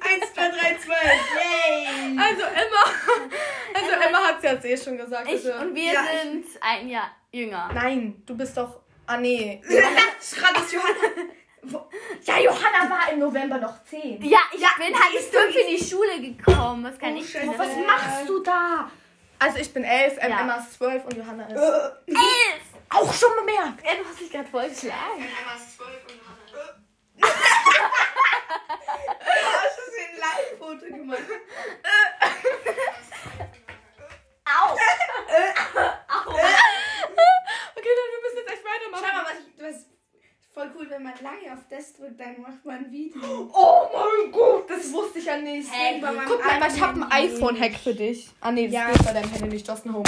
B: 1, 2, 3, <laughs> 12. Yay.
A: Also Emma, <laughs> also Emma hat es ja eh schon gesagt.
C: ich
A: also-
C: und wir
B: Ja, ich-
C: sind ein Jahr jünger.
A: Nein, du bist doch. Ah nee.
B: Schreibt es Johanna.
A: Ja, Johanna war im November noch 10.
C: Ja, ich bin halt nicht fünf in die Schule gekommen. Was kann
B: Oh,
C: ich
B: schön.
C: denn?
B: Was
C: dafür?
A: machst du da? Also ich bin 11, ähm,
C: Ja.
A: Emma ist 12 und Johanna ist
B: Äh,
C: Elf!
A: Äh, auch schon bemerkt.
C: Ja, du hast dich gerade voll geschlagen.
B: <laughs> Hast du ein Live-Foto gemacht?
C: Au!
A: Okay, dann wir müssen jetzt echt
B: Schau
A: weitermachen.
B: mal, was ich. Was, voll cool, wenn man lange auf das drückt, dann macht man ein Video.
A: Oh mein Gott, das wusste ich ja nicht.
C: Hä,
B: bei meinem
A: Guck mal, Emma, ich habe ein
B: alten Handy.
A: iPhone-Hack für dich. Ah nee, das
B: Ja.
A: geht bei deinem Handy nicht. Du hast ein Home.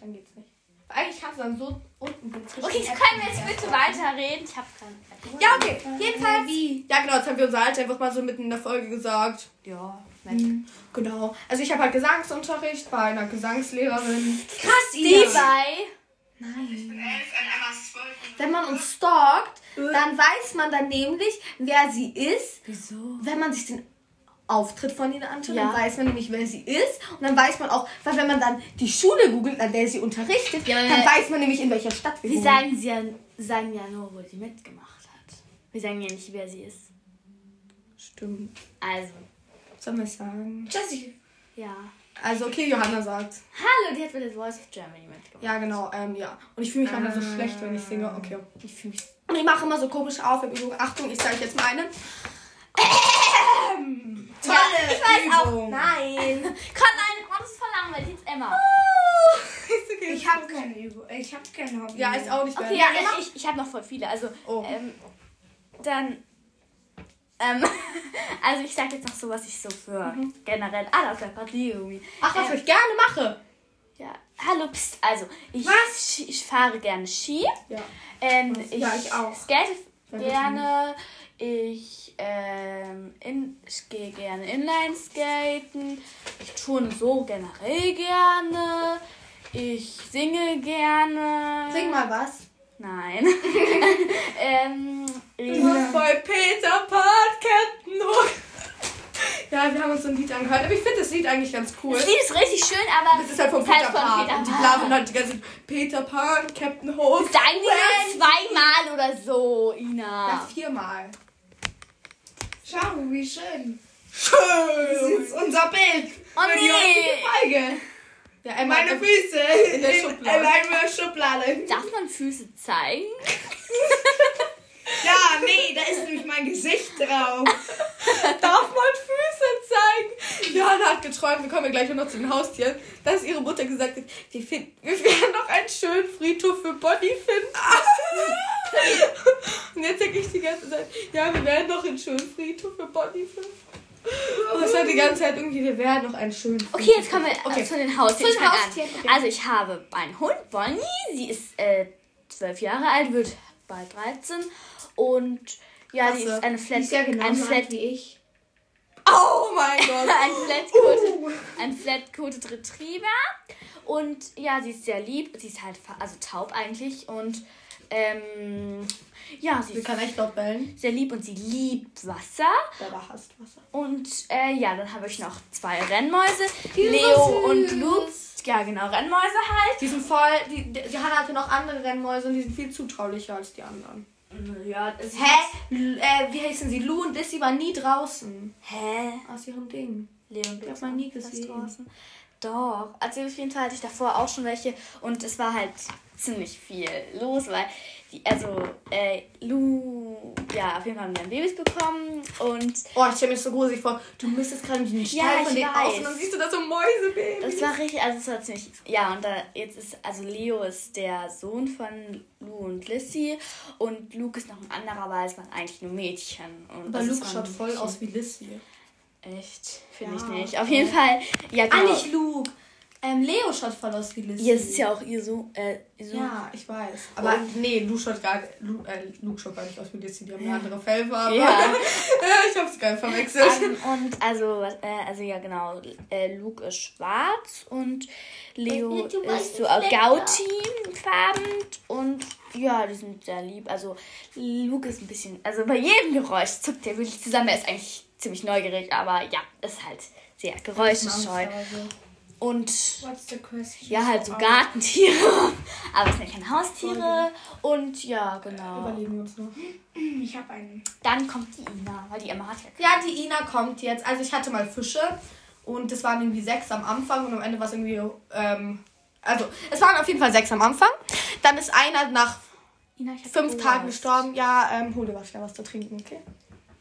A: Dann geht's nicht. Eigentlich kannst du dann so unten dazwischen.
C: Okay, können wir jetzt bitte weiterreden? Ich hab keinen.
A: Ja, okay. Jedenfalls. Ja, genau. Jetzt haben wir unser Alter einfach mal so mitten in der Folge gesagt.
C: Ja,
A: Genau. Also ich habe halt Gesangsunterricht bei einer Gesangslehrerin.
B: Krass,
C: Die
B: Ina.
C: bei.
A: Wenn man uns stalkt, dann weiß man dann nämlich, wer sie ist. Wieso? Wenn man sich den Auftritt von Nina Anton,
C: Ja.
A: dann weiß man nämlich, wer sie ist. Und dann weiß man auch, weil wenn man dann die Schule googelt, an der sie unterrichtet,
C: Ja,
A: dann
C: äh,
A: weiß man nämlich, in welcher Stadt wir
C: Wir
A: sind.
C: sagen, sie ja, sagen ja nur, wo sie mitgemacht hat. Wir sagen ja nicht, wer sie ist.
A: Stimmt.
C: Also,
A: Was soll man sagen?
B: Jessica.
C: ja.
A: Also, okay, Johanna sagt.
C: Hallo, die hat bei der Voice of Germany mitgemacht. <laughs>
A: Ja, genau, ähm, ja. Und ich fühle mich manchmal so
C: Ah.
A: schlecht, wenn ich singe. Okay. Ich fühle mich. Und ich mache immer so komisch auf. Im Übrigen, Achtung, ich sage jetzt mal eine. Tolle
C: Ähm. ich weiß
A: Übung.
C: auch. Nein. Komm, nein, oh, das ist voll langweilig. Jetzt Emma.
A: <laughs> Ist okay.
B: Ich habe keine Übung. Ich habe keine Hobby.
A: Ja, ich auch nicht.
C: Okay,
A: mehr.
C: ja, ich, ich habe noch voll viele. Also,
A: Oh.
C: ähm, dann. Ähm, <laughs> also, ich sag jetzt noch so, was ich so für generell. Ah, da ist der Partie
A: Ach, was ich gerne mache.
C: Ja, hallo, pst. Also, ich, Ski- ich fahre gerne Ski.
A: Ja.
C: Ähm, ich,
B: Ja, ich auch.
C: skate
A: Ja,
C: gerne. Ich, ähm, in, ich gehe gerne Inline skaten. Ich turne so generell gerne. Ich singe gerne.
A: Sing mal was.
C: Nein. <laughs> ähm, ich,
A: bei Peter Partketten. <laughs> Ja, wir haben uns so ein Lied angehört. Aber ich finde das Lied eigentlich ganz cool.
C: das Lied ist richtig schön, aber
A: Das ist halt von
C: halt
A: Peter
C: von
A: Pan.
C: Peter
A: Und die
C: Pan.
A: blasen halt die ganze Zeit, Peter Pan, Captain Hook.
C: sagen die nur zweimal oder so,
A: Ja,
C: Ina.
A: viermal.
B: Schau, wie schön.
C: Äh.
B: Das
A: Schön.
B: ist unser Bild.
C: Oh
B: für die heutige
C: nee!
B: Folge.
A: Ja, Emma,
B: Meine
A: Emma-
B: Füße in,
A: der
B: in,
A: Schublade.
B: einer Schublade.
C: Darf man Füße zeigen?
B: Ja, nee, da ist nämlich mein Gesicht <laughs> drauf.
A: Darf man Füße zeigen? Johanna hat geträumt, wir kommen ja gleich nur noch zu den Haustieren, dass ihre Mutter gesagt hat, wir, finden, wir werden noch einen schönen Friedhof für Bonnie Ah. finden. Und jetzt denke ich die ganze Zeit, ja, wir werden noch einen schönen Friedhof für Bonnie finden. Und das war die ganze Zeit irgendwie, wir werden noch einen schönen Friedhof.
C: Okay, jetzt kommen wir
A: Mhm.
C: also
A: Okay.
C: zu den Haustieren.
A: Zu den
C: Ich fang an.
A: Haustieren, okay.
C: Also ich habe einen Hund, Bonnie. Sie ist äh, zwölf Jahre alt, wird bald 13. Und ja, die
A: Klasse.
C: ist eine Flat,
B: Die ist ja genauso
C: ein Flat,
B: alt wie ich.
A: Oh mein Gott.
C: <laughs> ein
A: Uh.
C: Flat-Coated ein Flat-Coated Retriever. Und ja, sie ist sehr lieb. Sie ist halt fa- also taub eigentlich. Und ähm, ja, sie
A: Sie
C: ist
A: kann echt laut bellen.
C: sehr lieb und sie liebt Wasser.
A: Bella hasst Wasser.
C: Und äh, ja, dann habe ich noch zwei Rennmäuse.
A: sind
C: Leo
A: so süß.
C: und Luke. Ja, genau, Rennmäuse halt.
A: Die sind voll, die, die Johanna hatte noch andere Rennmäuse und die sind viel zutraulicher als die anderen.
C: Ja, das
A: Hä? L äh, wie heißen sie? Lou und Lissy waren nie draußen.
C: Hä?
A: Aus ihrem Ding.
C: Leon
A: hab man nie gesehen.
C: Doch. Also auf jeden Fall hatte ich davor auch schon welche und es war halt ziemlich viel los, weil die, also äh, Lou, ja, auf jeden Fall haben wir Babys bekommen und
A: Oh, ich stelle mir das so gruselig vor. Du müsstest gerade in den
C: Ja,
A: Stall von
C: ich
A: denen
C: weiß.
A: aus und dann siehst du da so Mäusebaby.
C: das war richtig, also es war ziemlich, ja, und da jetzt ist, also Leo ist der Sohn von Lou und Lissy und Luke ist noch ein anderer, weil es waren eigentlich nur Mädchen. Und
A: Aber
C: also es
A: Luke
C: waren
A: schaut voll
C: Mädchen.
A: aus wie Lissy.
C: Echt, finde
A: Ja.
C: ich nicht. Auf jeden Fall, ja,
A: Ah,
C: genau.
A: nicht Luke. Ähm, Leo schaut voll aus wie Lissy.
C: Ihr ist ja auch ihr Sohn, äh, ihr Sohn.
A: Ja, ich weiß. Aber nee, Luke schaut, gar, Luke, äh, Luke schaut gar nicht aus wie Lissy. Die haben eine andere Fellfarbe.
C: <laughs> Ja.
A: <laughs> ich hab's gerade verwechselt.
C: Ähm, und also, was- äh, also ja genau, äh, Luke ist schwarz und Leo
B: Du weißt
C: ist so
B: es besser.
C: Gauti-farben und ja, die sind sehr lieb. Also Luke ist ein bisschen, also bei jedem Geräusch zuckt er wirklich zusammen. Er ist eigentlich ziemlich neugierig, aber ja, ist halt sehr geräuschescheu. Und
B: What's the question? Oh,
C: ja, halt so Gartentiere, <laughs> aber es sind keine Haustiere. Und ja, genau.
A: Überleben wir uns noch.
B: Ich habe einen.
C: Dann kommt die Ina, weil die Emma hat ja
A: Ja, die Ina kommt jetzt. Also ich hatte mal Fische und es waren irgendwie sechs am Anfang und am Ende war es irgendwie, ähm, also es waren auf jeden Fall sechs am Anfang. Dann ist einer nach
C: Ina, ich hab
A: fünf
C: Durst.
A: Tagen gestorben. Ja, ähm, hol dir was, schnell was zu trinken, okay?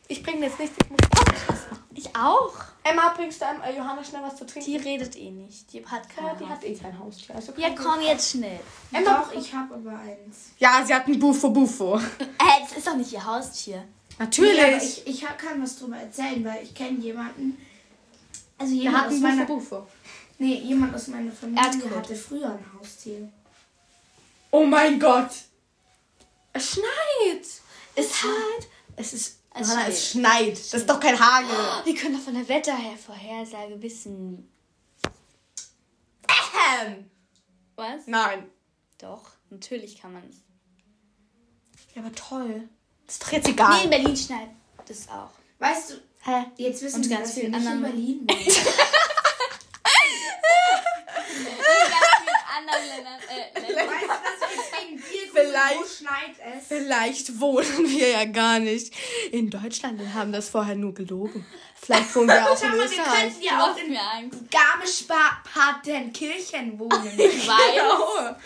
A: Ich bringe jetzt nichts. Ich muss Podcast machen.
C: Ich auch.
A: Emma, bringst du einem, äh, Johanna schnell was zu trinken?
C: Die redet eh nicht. Die hat keine.
A: ja, die hat eh kein Haustier. Also
C: ja,
A: kein-
C: komm jetzt schnell.
A: Emma,
B: Doch, ich habe aber eins.
A: Ja, sie hat ein Bufo Bufo.
C: Äh, das ist doch nicht ihr Haustier.
A: Natürlich.
B: Ja, aber ich, ich hab- kann was drüber erzählen, weil ich kenne jemanden. Also
A: wir
B: jemand aus
A: hatten Bufo
B: meiner,
A: Bufo.
B: nee, jemand aus meiner Familie
C: Erdkopf.
B: hatte früher ein Haustier.
A: Oh mein Gott. Es schneit.
C: Es
A: schneit. Es ist.
C: Es
A: Johanna,
C: schneit.
A: es schneit. Das ist doch kein Hagel.
C: Wir können doch von der Wettervorhersage wissen.
A: Ahem.
C: Was?
A: Nein.
C: Doch, natürlich kann man es.
A: Ja, aber toll. Das ist doch jetzt egal.
C: Nee, in Berlin schneit es auch.
B: Weißt du,
C: Hä?
B: Jetzt wissen
E: Und
B: sie,
E: ganz
B: dass wir
E: vielen
B: nicht in
E: anderen-
B: Berlin <laughs> wohnen.
C: In anderen Ländern. Äh, Ländern.
B: weißt du, dass wir gegen Bier
A: Vielleicht-
B: Wo schneit es?
A: Vielleicht wohnen <laughs> wir ja gar nicht in Deutschland und haben das vorher nur gelogen. Vielleicht wohnen
B: <laughs>
A: wir auch
B: Schau
A: in
B: mal, wir
A: Österreich.
B: könnten
C: Du
B: ja auch
C: machst
B: in
C: mir Angst.
B: Garmisch-Partenkirchen wohnen.
C: Weil.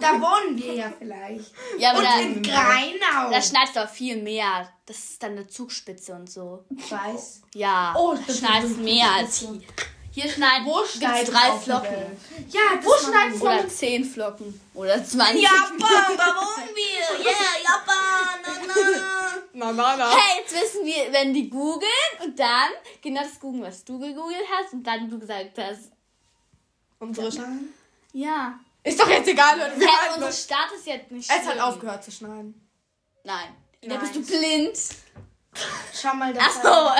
B: <laughs> da wohnen wir ja <laughs> vielleicht.
E: Ja, aber
B: Und
E: da,
B: in Greinau.
E: da schneit doch viel mehr. Das ist dann eine Zugspitze und so.
B: ich weiß.
E: Ja,
A: Oh,
E: da schneit es mehr als hier. Hier schneit
A: Wo
E: gibt's
A: schneit es
E: drei
A: auf der
E: Flocken.
B: Ja, das Wo schneit
E: Oder zehn Flocken. Oder 20.
B: Japan, da wohnen wir. Yeah, Japan. Na, na.
A: <laughs> Na, na, na.
E: Hey, jetzt wissen wir, wenn die googeln und dann genau das googeln, was du gegoogelt hast und dann du gesagt hast.
A: Unsere Sch-
E: Ja.
A: Ist doch jetzt egal, Leute. Wir
E: Hey,
A: halten
E: unsere
A: es.
E: Stadt ist jetzt nicht
A: Es hat
E: schlimm.
A: aufgehört zu schneien.
E: Nein. Da
B: Nein.
E: bist du
B: <laughs>
E: blind.
B: Schau mal da.
E: Achso.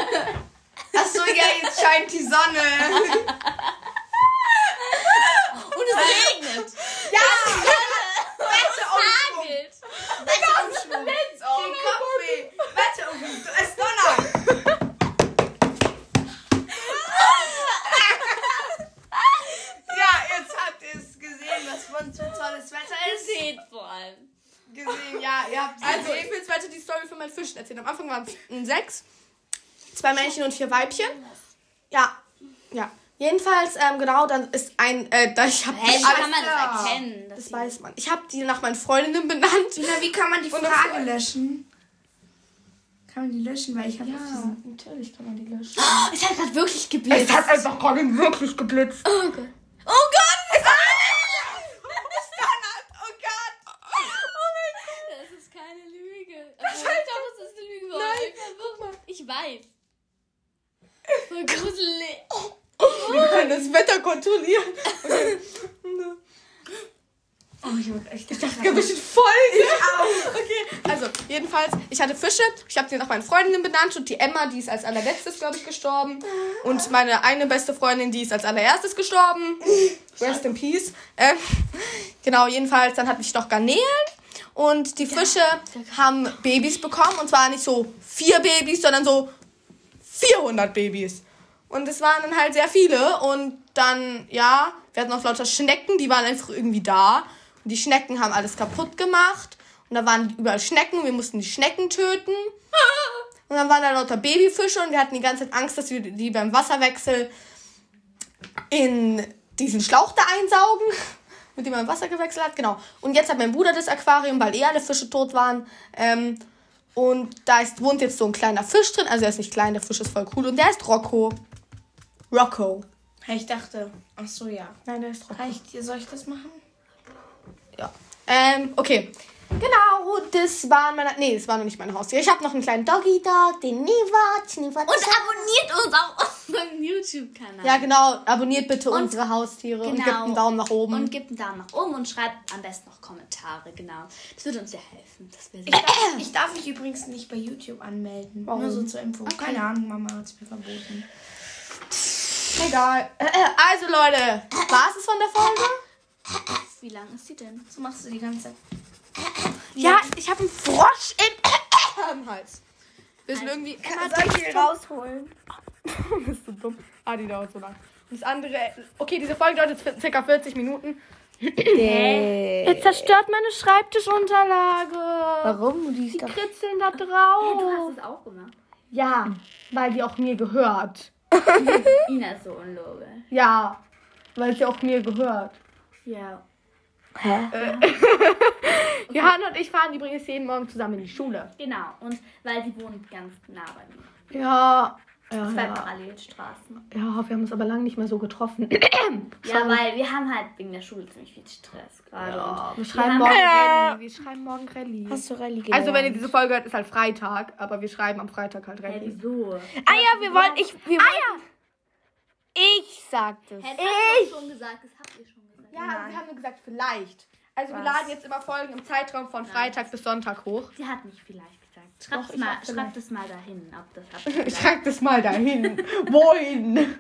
B: Achso, ja, jetzt scheint
A: <laughs>
B: die Sonne.
E: <laughs> Und es regnet.
B: Wetteumschwung.
E: Bild.
B: Wetteumschwung. Den
A: oh
B: Kopf weh. Wetteumschwung. Es donnert. <laughs> ja, jetzt habt ihr es gesehen, was für ein tolles Wetter ist.
E: Seht vor allem.
B: Gesehen, ja, ihr habt
A: Also, ich will jetzt weiter die Story von meinen Fischen erzählen. Am Anfang waren es mm, sechs, zwei Männchen und vier Weibchen. Ja, ja. Jedenfalls, ähm, genau, dann ist ein, äh, da, ich hab
E: Hey,
A: die
E: wie
A: alle,
E: kann man das
B: klar.
E: erkennen? dass
A: das
E: sie-
A: weiß man. Ich habe die nach meinen Freundinnen
B: <laughs>
A: benannt.
B: Na, wie kann man die
A: Und eine
B: Frage
A: Freude.
B: löschen? Kann man die löschen, weil ich habe
A: natürlich kann man die löschen.
E: Oh, <gasps> es hat gerade wirklich geblitzt.
A: hat einfach gerade wirklich geblitzt. Oh
B: halt, oh
C: Oh
E: Das ist keine Lüge. Aber ich
C: halt
E: glaube, es ist eine Lüge. Nein, guck mal. Ich weiß. Voll gruselig. Oh,
A: Gott! Wir können das Wetter kontrollieren.
B: Oh, ich hab echt gedacht.
A: Ich bin bestimmt voll. Okay, also jedenfalls, ich hatte Fische. Ich habe die nach meinen Freundinnen benannt. Und die Emma, die ist als allerletztes, glaube ich, gestorben. Und meine eine beste Freundin, die ist als allererstes gestorben. Rest in peace. Ähm, genau, jedenfalls, dann hatte ich noch Garnelen. Und die Fische haben Babys bekommen. Und zwar nicht so vier Babys, sondern so 400 Babys. Und es waren dann halt sehr viele. Und dann, ja, wir hatten auch lauter Schnecken, die waren einfach irgendwie da. Und die Schnecken haben alles kaputt gemacht. Und da waren überall Schnecken, wir mussten die Schnecken töten. Und dann waren da lauter Babyfische und wir hatten die ganze Zeit Angst, dass wir die beim Wasserwechsel in diesen Schlauch da einsaugen, mit dem man Wasser gewechselt hat. Genau. Und jetzt hat mein Bruder das Aquarium, weil eh alle Fische tot waren. Ähm, und da ist, wohnt jetzt so ein kleiner Fisch drin. Also er ist nicht klein, der Fisch ist voll cool. Und der ist Rocco. Rocco.
B: Ich dachte, ach so, ja.
A: Nein, der ist Rocco.
B: Kann ich, dir- soll ich das machen?
A: Ja. Ähm, okay. Genau, das waren meine. Nee, das war noch nicht mein Haustier. Ich habe noch einen kleinen Doggy Dog, den Niva.
E: Und
A: Niva
E: abonniert uns auf unserem YouTube-Kanal.
A: ja, genau. Abonniert bitte unsere Haustiere und
E: genau.
A: gebt einen Daumen nach oben.
E: Und gebt einen Daumen nach oben und schreibt am besten noch Kommentare. Genau. Das würde uns sehr helfen. Das wäre
C: <clears throat>
B: Ich
E: sehr
B: darf, ich darf mich übrigens nicht bei YouTube anmelden.
A: Warum?
B: Nur so zur Info. Keine Ahnung, Mama hat es mir verboten.
A: Egal. Also, Leute, war's es von der Folge?
E: Wie lang ist die denn?
B: So machst du die ganze Zeit.
A: Ja, ich habe einen Frosch im, <coughs> im Hals. Wir sind irgendwie.
B: Soll ich die
A: <laughs>
B: rausholen?
A: Das ist so dumm. Ah, die dauert so lang. Und das andere. Okay, diese Folge dauert jetzt circa 40 Minuten. Jetzt zerstört meine Schreibtischunterlage.
E: Warum? Die ist
A: Die
E: doch...
A: kritzeln da
C: Du
A: drauf.
C: hast es auch gemacht.
A: Ja, weil die auch mir gehört.
C: Ina ist so unlogisch.
A: Ja, weil sie auch mir gehört.
C: Ja.
A: Johanna und ich fahren übrigens jeden Morgen zusammen in die Schule.
C: Genau. Und weil die wohnt ganz nah bei mir.
A: Ja. Ja,
C: Zwei
A: ja.
C: Parallelstraßen.
A: ja, wir haben uns aber lange nicht mehr so getroffen.
C: Ja, weil wir haben halt wegen der Schule ziemlich viel Stress gerade.
A: Ja,
C: Und
A: wir
C: haben-
A: schreiben morgen
B: Ja.
A: Rallye. Wir schreiben morgen Rallye.
B: du Rallye
A: Also wenn ihr diese Folge hört, ist halt Freitag, aber wir schreiben am Freitag halt
C: ja,
A: Rallye.
C: wieso?
B: Ah ja, wir wollen. Ich, wir wollen ich sagte es.
C: Hey, das habt ihr schon gesagt. Das habt ihr schon gesagt.
A: Ja, also wir haben nur gesagt, vielleicht. Also wir laden jetzt immer Folgen im Zeitraum von Freitag bis Sonntag hoch.
C: Sie hat nicht vielleicht gesagt. Schreibt
A: Doch,
C: es
A: ich
C: mal,
A: hab
C: schreibt es mal dahin, ob das
A: <laughs>
C: habt ihr
A: Ich
C: gesagt.
A: trag das mal <laughs> dahin. Wohin?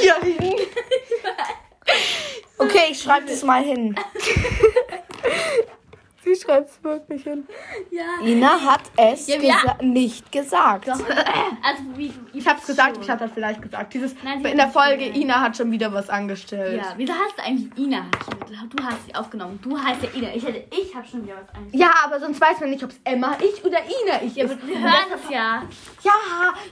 A: Hierhin.
B: <laughs> Okay, ich schreibe das mal hin.
A: Sie schreibt es wirklich hin.
C: Ja.
F: Ina hat es
C: Ja, ja.
F: gesa nicht gesagt.
C: Also wie,
A: Ich hab's gesagt, ich hab das vielleicht gesagt. Dieses
C: Nein, sie hat
A: in der
C: nicht
A: Folge,
C: gesagt.
A: Ina hat schon wieder was angestellt.
C: Ja, wieso heißt du eigentlich Ina? Du hast sie aufgenommen. Du heißt ja Ina. Ich hätte, ich habe schon wieder was angefangen.
A: Ja, aber sonst weiß man nicht, ob es Emma, ich oder Ina ich
C: Ja,
A: ist.
C: aber wir hören es ja.
A: Ja,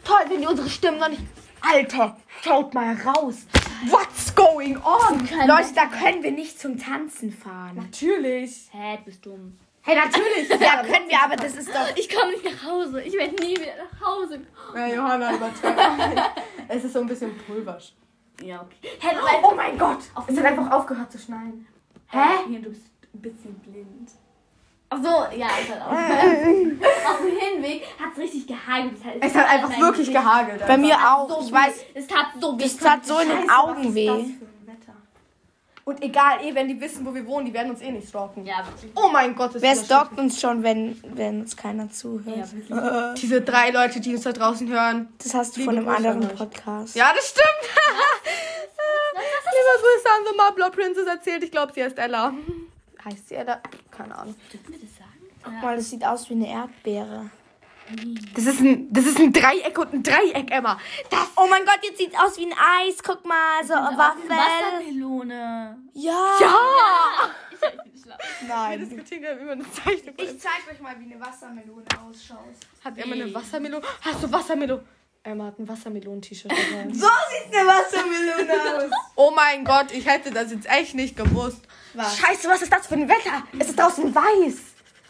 A: toll, wenn die unsere Stimmen noch nicht. Alter, schaut mal raus. What's going on?
F: Leute, da können wir nicht zum Tanzen fahren.
A: Natürlich.
C: Hä, du bist dumm.
F: Hey, natürlich. Ja, können wir, aber das ist doch.
C: Ich komme nicht nach Hause. Ich werde nie wieder nach Hause kommen.
A: Ja, Johanna übertreibt. es ist so ein bisschen pulversch.
C: Ja, okay. Hä, du
A: Oh mein Gott.
C: Auf
A: es hat einfach aufgehört zu schneiden.
C: Hä? Hier, du bist ein bisschen blind. Ach so, ja, ist halt auch. Auf dem Hinweg hat es richtig gehagelt. Das heißt,
A: Äh. Es hat einfach
C: mein
A: wirklich
C: Gesicht
A: gehagelt.
F: Bei mir auch.
C: So
F: Ich
C: weh.
F: weiß,
C: Es tat so weh.
F: das tat so in den Augen weh.
A: Und egal, eh, wenn die wissen, wo wir wohnen, die werden uns eh nicht stalken.
C: Ja, wirklich.
A: Oh mein Gott, es
F: Wer
A: ist wieder
F: stalkt uns schon, wenn, wenn uns keiner zuhört?
C: Ja, wirklich.
A: schlimm. Diese drei Leute, die uns da draußen hören.
F: Das hast du
A: Liebe
F: von einem
A: Grüße an
F: anderen
A: euch.
F: Podcast.
A: Ja, das <laughs> stimmt. Liebe Grüße an The Marbler Princess erzählt. Ich glaube, sie heißt Ella. Heißt sie Ella? Keine Ahnung.
C: Dürfen wir das sagen?
F: Guck mal, das sieht aus wie eine Erdbeere.
A: Das ist ein, das ist ein Dreieck und ein Dreieck, Emma. Das,
F: Oh mein Gott, jetzt sieht aus wie ein Eis. Guck mal, so eine Waffel.
C: Wassermelone.
F: Ja.
A: ja! Wir
F: Nein.
A: diskutieren gerade über eine Zeichnung.
B: zeig euch mal, wie eine Wassermelone ausschaut.
A: Hat Emma eine Wassermelone? Hast du Wassermelone? Emma hat ein Wassermelonen-T-Shirt. dabei.
B: So sieht eine Wassermelone aus.
A: oh mein Gott, ich hätte das jetzt echt nicht gewusst. Scheiße, was ist das für ein Wetter? Es ist draußen weiß.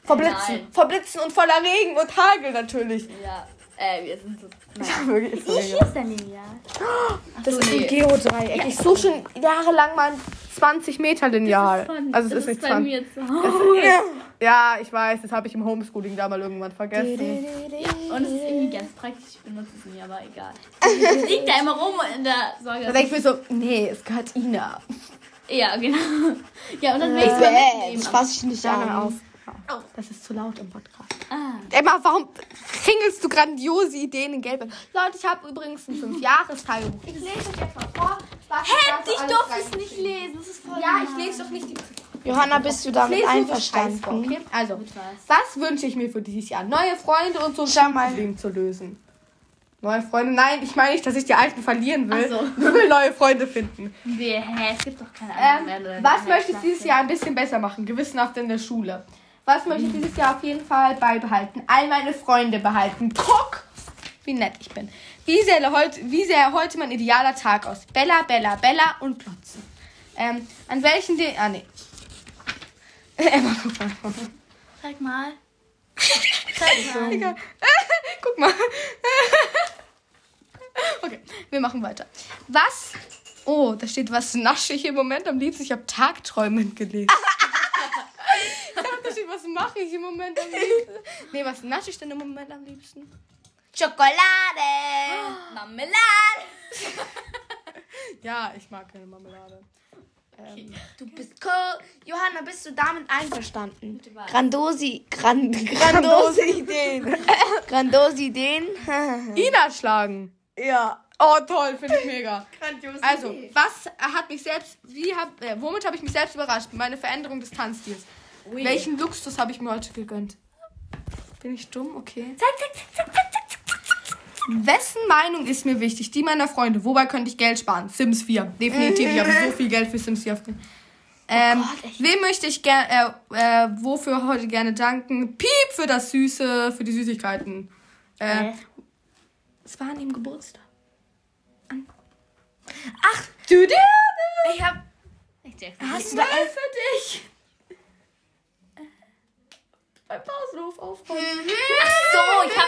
A: Vor Blitzen,
C: Nein.
A: vor Blitzen und voller Regen und Hagel natürlich.
C: Ja, äh, wir sind so.
A: Ja, wirklich,
C: Ich,
A: sorry.
C: hier ist dein Lineal.
A: Das ist
E: nee.
A: ein Geodreieck. Ich suche schon jahrelang mal ein 20 Meter Lineal. Also es ist, nicht
C: bei
A: 20.
C: mir zu Hause.
A: Ja, ich weiß, das habe ich im Homeschooling da mal irgendwann vergessen.
C: Und es ist irgendwie ganz praktisch. Ich benutze es nie, aber <laughs> egal. Es liegt da immer rum in der Sorge.
A: Da
C: dass
A: denke ich mir so, nee, es gehört Ina.
C: ich- Ja, genau. Ja, und dann will ich es mal mitnehmen.
F: fasse ich nicht
A: Gerne auf. Ja, Das ist zu laut im Podcast.
C: Ah.
A: Emma, warum ringelst du grandiose Ideen in Gelb? Leute, ich habe übrigens <laughs> ein 5-Jahres-Tagebuch. Ich lese euch jetzt mal vor. Was
C: Hä, ich durfte es nicht lesen. Das ist voll.
A: Ja, ich lese doch nicht die
F: Johanna, bist du damit
A: lese nur das Scheiß vor,
F: einverstanden?
A: okay? Also,
C: weiß.
A: was wünsche ich mir für dieses Jahr? Neue Freunde und so ein
F: Schau mal.
A: Schulproblem zu lösen. Neue Freunde? Nein, ich meine nicht, dass ich die alten verlieren will.
C: Ach
A: <laughs>
C: so.
A: Ich will neue Freunde finden.
C: Nee, hä, es gibt doch keine
A: Ähm,
C: andere Welle.
A: was möchte ich dieses Jahr ein bisschen besser machen? Gewissenhaft in der Schule. Was möchte ich dieses Jahr auf jeden Fall beibehalten? All meine Freunde behalten. Guck, wie nett ich bin. Wie sähe heute, wie sähe heute mein idealer Tag aus? Bella, Bella, Bella und Klotzen. Ähm, an welchen... De ah, nee. Emma, guck mal.
C: Zeig mal.
A: Egal. Guck mal. <laughs> okay, wir machen weiter. Was? Oh, da steht, was nasche ich im Moment am liebsten? Ich habe Tagträumend <laughs> gelesen. ich dachte, da steht, was mache ich im Moment am liebsten? Nee, was nasche ich denn im Moment am liebsten?
F: Schokolade.
C: Marmelade.
A: Ja, ich mag keine Marmelade. Ähm,
F: Du bist cool. Johanna, bist du damit einverstanden?
C: Bitte was?
F: Grandosi, grand, grandose Ideen. grandose Ideen.
A: Ina schlagen.
F: ja.
A: Oh, toll, finde ich mega. Grandios. Also, was hat mich selbst, wie hab, äh, womit habe ich mich selbst überrascht? Meine Veränderung des Tanzstils. Welchen Luxus habe ich mir heute gegönnt? Bin ich dumm? Okay. Wessen Meinung ist mir wichtig? Die meiner Freunde. Wobei könnte ich Geld sparen? Sims 4. Definitiv. Ich habe
F: <laughs>
A: so viel Geld für Sims 4. ausgegeben.
F: Oh
A: Ähm, wem möchte ich gerne, äh, äh, wofür heute gerne danken? Piep für das Süße, für die Süßigkeiten. Äh,
C: Hä?
A: Es war an ihrem Geburtstag. An. Ach, du, du, du.
F: Ich hab.
C: Ich
F: Hast du da elf?
A: für dich. Beim Pausenhof aufbauen.
C: So, ich hab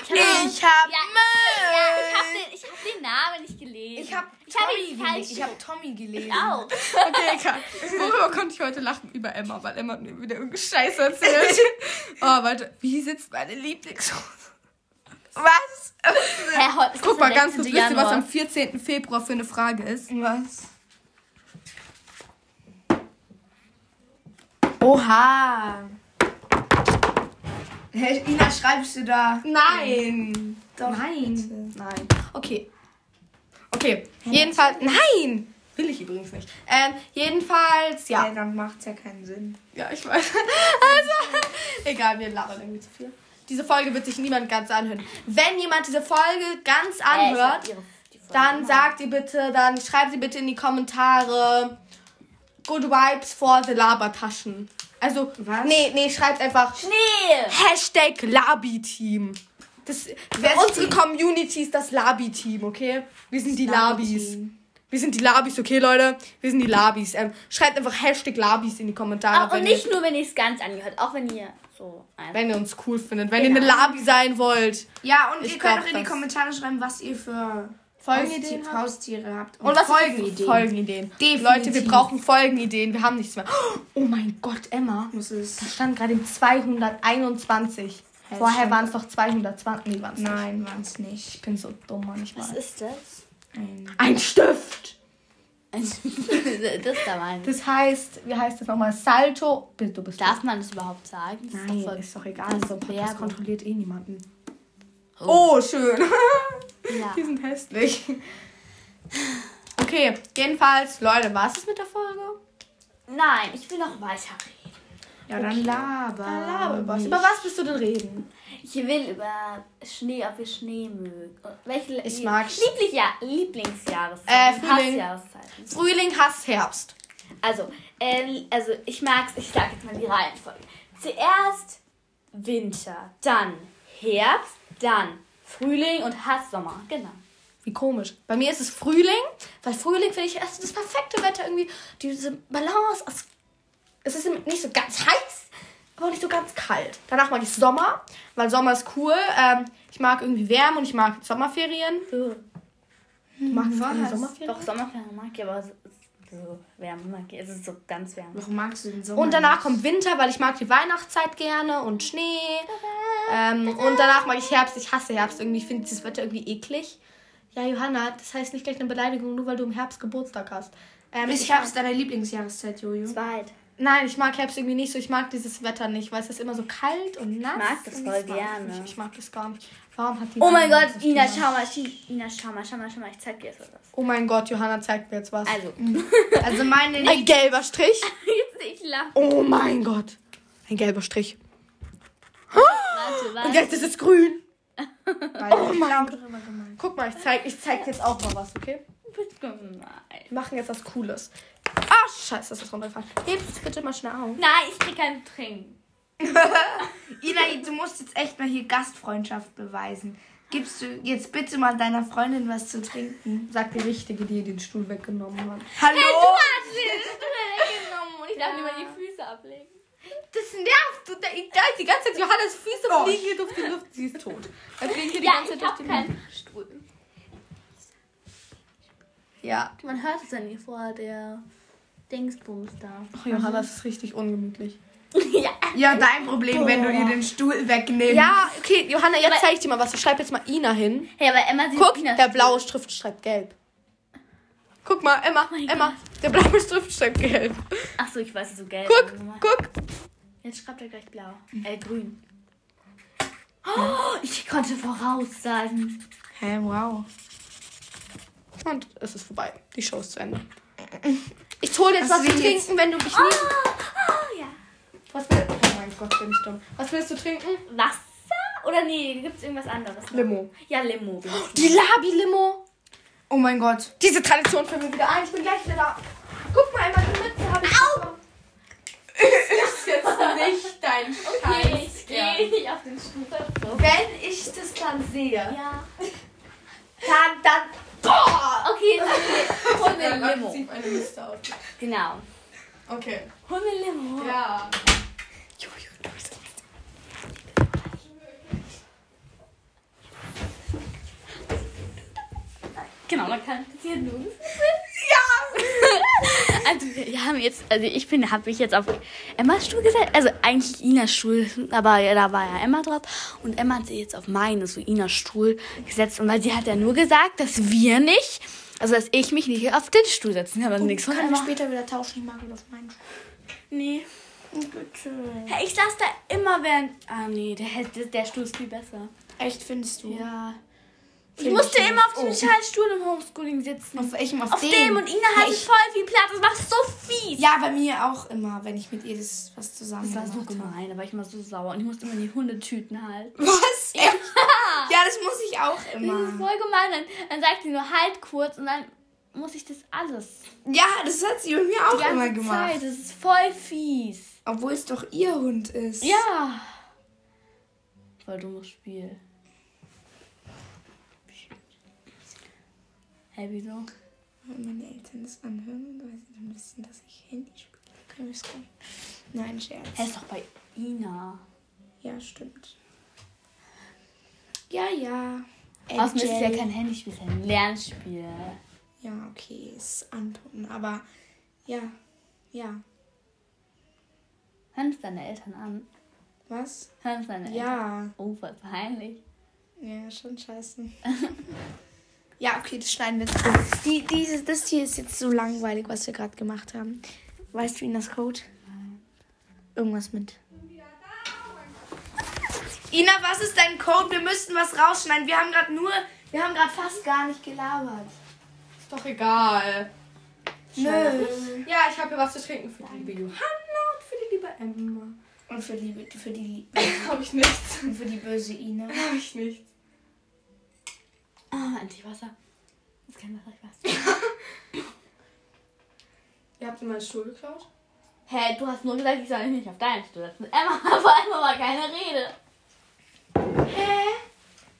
C: das. Ich hab,
F: Ich hab.
C: ja, ja, ich hab den, ich hab den Namen nicht gelesen.
F: Ich hab.
C: Ich hab
F: Tommy
C: ihn
F: gelesen.
C: falsch.
F: Ich hab Tommy gelesen.
C: Au.
A: Okay, <laughs> egal. Worüber konnte ich heute lachen? Über Emma, weil Emma hat mir wieder irgendeine Scheiße
B: <laughs>
A: erzählt. Oh, warte. Wie sitzt meine Lieblingshose?
F: Was?
C: Hä, heute ist
A: Guck
C: das
A: mal
C: der
A: ganz
C: 16.
A: kurz, wisst ihr, was
C: Januar.
A: am 14. Februar für eine Frage ist?
F: Was? Oha.
B: Hey, Ina, schreibst du da?
A: Nein.
B: Doch. Nein.
A: Nein. Okay. Okay, jedenfalls. Nein! Will ich übrigens nicht. Ähm, jedenfalls, ja.
B: Nee, dann macht's ja keinen Sinn.
A: Ja, ich weiß. <laughs> Also, egal, wir labern irgendwie zu viel. Diese Folge wird sich niemand ganz anhören. Wenn jemand diese Folge ganz
C: Äh, ich hab
A: anhört,
C: ihre- die Folge
A: dann
C: gemacht.
A: sagt ihr bitte, dann schreibt sie bitte in die Kommentare Good Vibes for the Labertaschen. Also,
B: Was?
A: nee, nee, schreibt einfach
C: Nee!
A: Hashtag Labi-Team. Das, unsere Community ist das Labi-Team, okay? Wir sind die Labis. Wir sind die Labis, okay, Leute? Wir sind die Labis. Ähm, schreibt einfach Hashtag Labis in die Kommentare.
C: Auch, Ah,
A: wenn
C: und nicht
A: ihr,
C: nur, wenn ihr es ganz angehört, auch wenn ihr so einfach.
A: wenn ihr uns cool findet. Wenn ihr eine Labi sein wollt.
B: Ja, und
A: Ich
B: ihr könnt
A: glaub,
B: auch in die
A: das-
B: Kommentare schreiben, was ihr für
A: Folgenideen
B: Haustier-
A: habt?
B: Haustiere habt.
A: Und was Folgenideen.
B: Folgenideen.
A: Folgenideen.
B: Definitiv.
A: Leute, wir brauchen Folgenideen. Wir haben nichts mehr. Oh mein Gott, Emma.
B: Muss
A: Da
B: es.
A: stand gerade im 221.
B: das
A: Vorher
B: stimmt.
A: waren es doch 220. Nee, waren's nicht.
B: Nein, waren's nicht.
A: Ich bin so dumm manchmal.
C: Was ist das?
B: Ein
A: Ein Stift.
C: <laughs> das da mal.
A: Das heißt, wie heißt das nochmal? Salto. Bist Du bist
C: Darf man das überhaupt sagen? Das
A: Nein,
C: ist doch voll
A: ist doch egal.
C: das ist
A: so ein Podcast
C: Werbung.
A: kontrolliert eh niemanden. Oh, schön. <laughs>
C: Ja.
A: Die sind hässlich. Okay, jedenfalls, Leute, was ist mit der Folge?
C: Nein, ich will noch weiter reden.
B: ja, dann laber.
A: was. Über was willst du denn reden?
C: Ich will über Schnee, ob wir Schnee mögen. Und Welche
A: Ich
C: Lie-
A: mag Schnee.
C: Lieblingsjahr Lieblingsjahreszeit.
A: Äh, Frühling.
C: Hassjahreszeit.
A: Frühling, Hass, Herbst.
C: Also, ähm, also ich mag's, ich sag jetzt mal die Reihenfolge. Zuerst Winter, dann Herbst, dann Frühling und Hasssommer. Genau.
A: Wie komisch. Bei mir ist es Frühling, weil Frühling finde ich erst das perfekte Wetter irgendwie. Diese Balance. Aus, es ist nicht so ganz heiß, aber auch nicht so ganz kalt. Danach mag ich Sommer, weil Sommer ist cool. Ähm, ich mag irgendwie Wärme und ich mag Sommerferien. Ich mag
B: was?
A: Sommerferien.
C: Doch, Sommerferien mag ich, aber es ist so wärme mag ich. Es ist so ganz wärm.
B: Warum magst du den Sommer?
A: Und danach
B: nicht?
A: kommt Winter, weil ich mag die Weihnachtszeit gerne und Schnee. Ähm, und danach mag ich Herbst. Ich hasse Herbst irgendwie. Ich finde dieses Wetter irgendwie eklig. Ja, Johanna, das heißt nicht gleich eine Beleidigung, nur weil du im Herbst Geburtstag hast. Ähm,
B: Ist Herbst deine Lieblingsjahreszeit, Jojo?
C: Zweit.
A: Nein, ich mag Herbst irgendwie nicht so. Ich mag dieses Wetter nicht, weil es ist immer so kalt und nass.
C: mag das
A: und
C: voll gerne.
A: Ich, ich mag das gar nicht. Warum hat die
C: Oh mein
A: Weihnacht
C: Gott,
A: so
C: Ina,
A: viel-
C: schau mal, Schi- Ina, schau mal, schau mal, schau mal, ich zeig dir jetzt was.
A: Oh mein Gott, Johanna zeigt mir jetzt was.
C: <laughs> Also,
B: Also meine Lieblings...
A: Ein gelber Strich.
C: ich lach.
A: Oh mein Gott. Ein gelber Strich.
C: Warte,
A: Und
C: warte.
A: jetzt ist es
C: <laughs>
A: grün. Oh
B: Oh
A: mein Gott. Guck mal, ich zeig, ich zeig dir jetzt auch mal was, okay?
C: Du bist gemein.
A: Wir machen jetzt was Cooles. Ah, scheiße, das ist runtergefallen. Hebt es bitte mal schnell auf.
C: Nein, ich krieg keinen Trinken.
B: Ina, du musst jetzt echt mal hier Gastfreundschaft beweisen. Gibst du jetzt bitte mal deiner Freundin was zu trinken?
A: Sagt die Richtige, die ihr den Stuhl weggenommen hat.
B: Hallo?
C: hast mir das Stuhl weggenommen Genau, und ich darf mir mal die Füße ablegen.
A: Das nervt. Du, da, da ist die ganze Zeit Johannes Füße fliegen hier durch die Luft. Sie ist tot. Er fliegt hier Oh, die
C: Ja,
A: ganze Zeit
C: ich
A: durch
C: hab
A: die Luft.
C: keinen Stuhl.
A: Ja.
C: Man hört es ja nicht vor der Dingsbums da.
A: Oh, Johanna, das ist richtig ungemütlich.
C: <laughs> ja.
B: Ja, dein Problem, wenn du ihr den Stuhl wegnimmst.
A: Ja, okay, Johanna, jetzt zeige ich dir mal was. Ich schreibe jetzt mal Ina hin.
C: Hey, aber Emma sieht
A: Guck,
C: Inas
A: der
C: Stuhl.
A: blaue Stift schreibt gelb. Guck mal, Emma,
B: Oh
A: Emma, der blaue Stift schreibt gelb.
C: Achso, ich weiß, so gelb.
A: Guck,
C: Warte mal.
A: guck.
C: Jetzt schreibt er gleich blau. Äh, grün. Oh, ich konnte voraussagen.
B: Hä, wow.
A: Und es ist vorbei. Die Show ist zu Ende. <laughs> Ich hole jetzt
B: Was
A: was zu
B: willst du jetzt?
A: trinken, wenn du mich
C: Oh,
A: nicht.
C: oh ja.
A: Was will... Oh mein Gott, bin ich dumm. Was willst du trinken?
C: Wasser? Oder nee, gibt's irgendwas anderes? noch?
A: Limo.
C: Ja, Limo. Oh, will ich
A: Die Labi-Limo.
B: Oh mein Gott.
A: Diese Tradition fällt mir wieder ein. Ich bin gleich wieder da. Guck mal, Emma, die Mütze habe ich. Au!
C: Okay, ich gehe nicht auf den Stuhl. So.
A: Wenn ich das dann sehe,
C: Ja.
A: dann, dann. Boah!
C: Okay, okay. hol mir ein Limo.
A: eine Liste auf.
C: Genau.
A: Okay.
C: Hol mir ein Limo.
A: Ja.
C: Genau, man kann hier los. Ja! <laughs> Also wir haben jetzt, also ich bin, habe mich jetzt auf Emmas Stuhl gesetzt, also eigentlich Inas Stuhl, aber ja, da war ja Emma drauf und Emma hat sich jetzt auf meine, so Inas Stuhl gesetzt und weil sie hat ja nur gesagt, dass wir nicht, also dass ich mich nicht auf den Stuhl setzen kann,
A: Oh,
C: also nichts von
B: Können wir
C: Emma.
B: später wieder tauschen? Ich mag wieder auf meinen Stuhl.
C: Nee.
B: Bitte.
C: Hey, ich saß da immer während, ah nee, der, der Stuhl ist viel besser.
B: Echt, findest du? Oh.
C: Ja. Ich musste immer auf diesem Schallstuhl im Homeschooling sitzen.
B: Auf welchem? Auf,
C: Auf dem und Ina hatte
B: ich-
C: voll viel Platz. Das war so fies.
B: Ja, bei mir auch immer, wenn ich mit ihr das was zusammen
C: Das war so
B: gemacht habe.
C: gemein, da war ich immer so sauer und ich musste immer die Hundetüten halten.
B: Was? Echt? Ja, das muss ich auch
C: Das ist
B: immer.
C: voll gemein. Dann, dann sagt sie nur halt kurz und dann muss ich das alles.
B: Ja, das hat sie mit mir
C: Die
B: auch immer
C: ganze
B: gemacht.
C: Zeit. Das ist voll fies.
B: Obwohl es doch ihr Hund ist.
C: Ja. Voll dummes Spiel. Hä, wieso?
B: Wenn meine Eltern das anhören, weil sie dann wissen, dass ich Handy spiele. Können wir es gucken? Nein, Scherz.
C: Er ist doch bei Ina.
B: Ja, stimmt. Ja, ja.
C: Außerdem ist es ja
B: LJ.
C: kein Handyspiel, es ist ein Lernspiel.
B: Ja, okay, ist Anton. Aber ja, ja.
C: Hören es deine Eltern an?
B: Was?
C: Hören es deine Eltern?
B: Ja.
C: Oh, voll peinlich.
B: Ja, schon scheiße. <laughs> ja, okay, das schneiden wir jetzt raus. Die, dieses, das hier ist jetzt so langweilig, was wir gerade gemacht haben. Weißt du, wie Inas Code? Irgendwas mit. Ina, was ist dein Code? Wir müssten was rausschneiden. Wir haben gerade nur, wir haben gerade fast gar nicht gelabert.
A: Ist doch egal.
B: Nö.
A: Ja, ich habe hier was zu trinken für die liebe Johanna und für die liebe Emma.
B: Und für die,
A: <laughs>
B: für die,
A: habe ich nichts.
B: und für die böse Ina.
A: Habe ich nichts.
C: Ah, endlich Wasser. Das kann doch nicht was.
A: Ihr habt mir meinen Stuhl geklaut?
C: Hä, hey, du hast nur gesagt, ich soll mich nicht auf deinen Stuhl setzen. Emma, vor allem war keine Rede.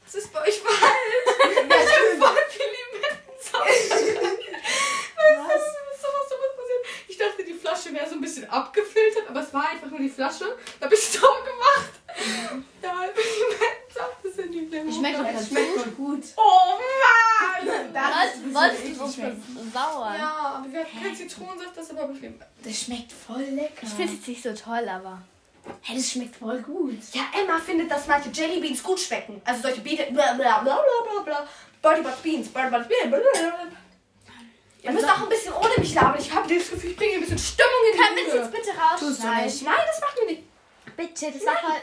A: Das ist bei euch falsch. ich habe voll viele Limettenzauber. Was? ist das? Ist sowas sowas passiert? Ich dachte, die Flasche wäre so ein bisschen abgefiltert, aber es war einfach nur die Flasche. Da habe ich <laughs> sauer gemacht. Da habe ich Limettensaft. Das sind die Limetten.
C: Schmeckt doch ganz gut.
A: Oh
C: <laughs>
A: Mann!
C: Was wolltest du so für sauer?
A: Ja, aber wir hatten keinen Zitronensaft, das ist aber bestimmt.
B: Das schmeckt voll lecker.
C: Ich finde es nicht so toll, aber.
B: Hey, das schmeckt voll gut.
A: Ja, Emma findet, dass manche Jellybeans gut schmecken. Also solche Beete. Bla bla bla bla bla bla. Birdie Bud Beans, Birdie Bud Beans. Bla, bla, bla. Ihr müsst auch ein bisschen ohne mich labern. Ich habe das Gefühl, ich bringe ein bisschen Stimmung in
C: Können wir
A: die
C: das
A: Höhe.
C: jetzt bitte
B: Tust du
C: rausschneiden?
B: nicht.
A: Nein, das macht ihr nicht.
C: Bitte, das war voll.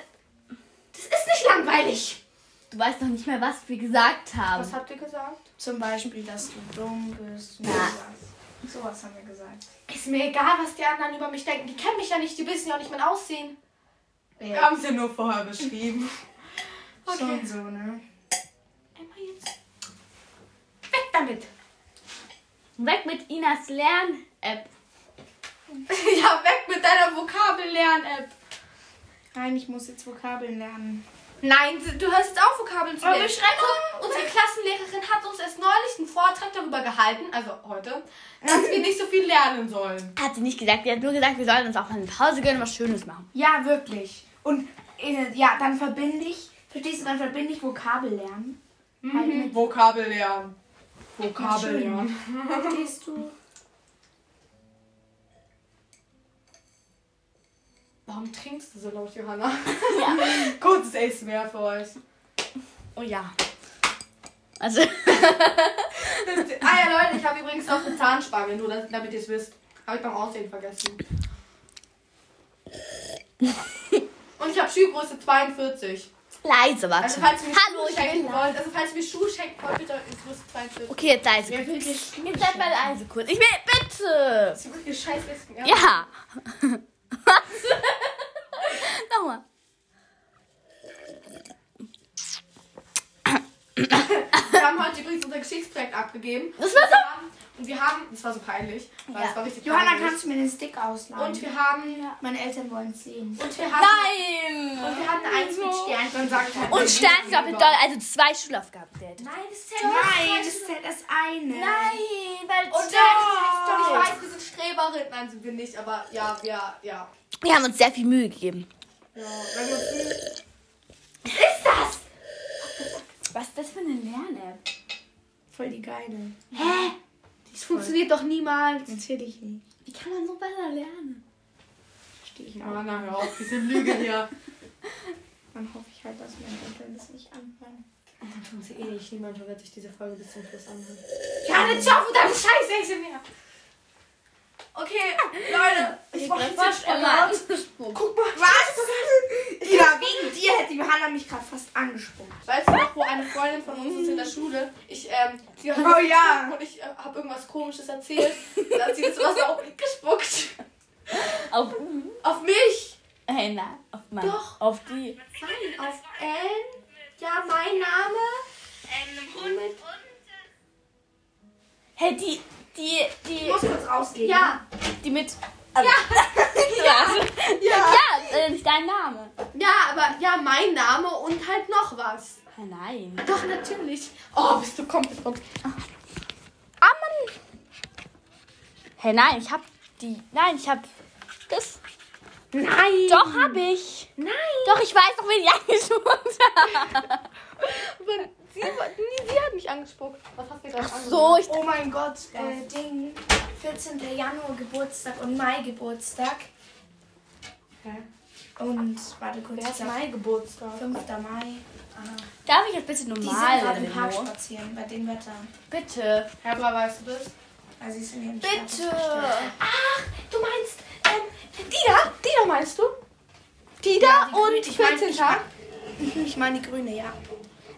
A: Das ist nicht langweilig.
C: Du weißt noch nicht mehr, was wir gesagt haben.
A: Was habt ihr gesagt?
B: Zum Beispiel, dass du dumm bist. und
C: Ja.
B: Sowas. sowas haben wir gesagt.
A: Ist mir egal, was die anderen über mich denken. Die kennen mich ja nicht, die wissen ja auch nicht mein Aussehen.
B: Ja.
A: haben sie nur vorher beschrieben.
B: So und so, ne?
A: Emma, jetzt. Weg damit.
C: Weg mit Inas Lern-App.
A: ja, weg mit deiner Vokabellern-App.
B: Nein, ich muss jetzt Vokabeln lernen.
A: Nein, du hörst jetzt auf, Vokabeln zu
B: Aber
A: lernen.
B: Beschreibung.
A: Guck, Unsere Klassenlehrerin hat uns erst neulich einen Vortrag darüber gehalten, also heute, dass wir nicht so viel lernen sollen.
C: Hat sie nicht gesagt. Sie hat nur gesagt, wir sollen uns auch mal eine Pause gönnen und was Schönes machen.
B: Ja, wirklich. Und äh, ja, dann verbinde ich, verstehst du, dann verbinde ich Vokabel lernen. Halt mit,
A: Vokabel lernen.
B: Vokabel lernen. verstehst du?
A: Warum trinkst du so laut, Johanna? <laughs> Kurzes Ace mehr für euch.
C: Oh ja. Also, <laughs>
A: Ah ja, Leute, ich habe übrigens noch eine Zahnspange, nur dass- damit ihr es wisst. Habe ich beim Aussehen vergessen. Und ich habe Schuhgröße 42.
C: leise, warte.
A: Also falls ihr mir
C: Hallo,
A: Schuhe
C: ich Oh. bin
A: schenken
C: laut.
A: wollt, also falls ihr mir Schuhe schenken wollt, bitte in Größe 42.
C: Okay, jetzt leise. kurz. Jetzt seid mal leise kurz. Ich will, bitte.
A: Sie wirklich scheiß Listen, ja?
C: Ja. <laughs> Was? Nochmal.
A: Wir haben heute übrigens unser Geschichtsprojekt abgegeben.
C: Das war so-
A: Und wir haben, das war so peinlich, weil
C: Ja.
A: es war richtig
B: Johanna,
A: peinlich.
B: kannst du mir den Stick ausleihen?
A: Und wir haben,
B: Meine Eltern wollen es sehen.
A: und wir haben,
C: Nein.
A: und wir haben eine Eins mit Stern, dann sagt halt
C: Und Stern doppelt doll, also zwei Schulaufgaben. Dad.
A: Nein, das zählt
B: Nein, das zählt das eine.
C: Nein, weil
A: Und Stern, ich weiß, wir sind Streberinnen. Nein, sind wir nicht, aber ja, ja, ja.
C: Wir haben uns sehr viel Mühe gegeben.
A: ja wenn wir uns-
C: Was ist das für eine Lern-App?
B: Voll die geile.
A: das funktioniert doch niemals.
B: Natürlich nicht.
C: Wie kann man so besser lernen?
B: Verstehe ich auch.
A: Johanna, hör auf, diese Lüge <laughs> hier.
B: Dann hoffe ich halt, dass meine Eltern das nicht anfangen.
A: Tun sie eh nicht, niemand hört sich diese Folge bis zum Schluss anhören.
B: Ja, das schau
A: Oh, deine Scheiße, ich bin mehr. Okay, Leute, ich mach jetzt den Sport.
C: Emma.
A: Guck mal.
B: Was? Ja, wegen dir hier hätte die Hannah mich gerade fast angesprungen.
A: Weißt du noch, wo eine Freundin von uns ist in der Schule? Ich, ähm, sie hat
B: Oh ja.
A: und ich äh, habe irgendwas Komisches erzählt. Dann hat sie das Wasser auf mich gespuckt.
C: Auf,
A: Auf mich!
C: hey, na, auf Mann.
A: Doch.
C: Auf die.
A: Nein, auf Anne. Ja, mein Name. Ähm,
C: Hey, die, die, die,
B: Ich muss kurz rausgehen.
A: Ja,
C: die mit. <laughs> ja.
A: ja.
C: Ja, das ist nicht dein Name.
A: Ja, aber ja, mein Name und halt noch was.
C: Ah, nein.
A: Doch, natürlich. Oh, bist du kompetent. Ah,
C: Hey, nein, ich hab die. Nein, ich hab das.
A: Nein.
C: Doch, hab ich.
A: Nein.
C: Doch, ich weiß noch, wen ich <laughs> angespuckt habe.
A: Aber sie, war- nee, sie hat mich angespuckt. Was hast du da Ach
C: So, ich.
B: Oh mein Gott, äh, Ding. 14. Januar Geburtstag und Mai Geburtstag.
A: Hä?
B: Und warte kurz,
A: Wer
B: ich
A: ist
B: glaub,
A: mein Geburtstag?
B: 5. Mai. Ah.
C: Darf ich jetzt bitte
B: Die
C: normal
B: sind gerade im Park
C: Limo?
B: spazieren bei dem Wetter.
C: Bitte.
A: Herbra, weißt du das?
B: Also sie sind hier im
A: Bitte.
B: Schlafanzug.
A: Ach, du meinst, ähm, die da? Die da meinst du? Die da
B: Ja, die grüne,
A: und
B: ich mein,
A: 14
B: ich
A: Tage?
B: Ich meine die grüne, ja.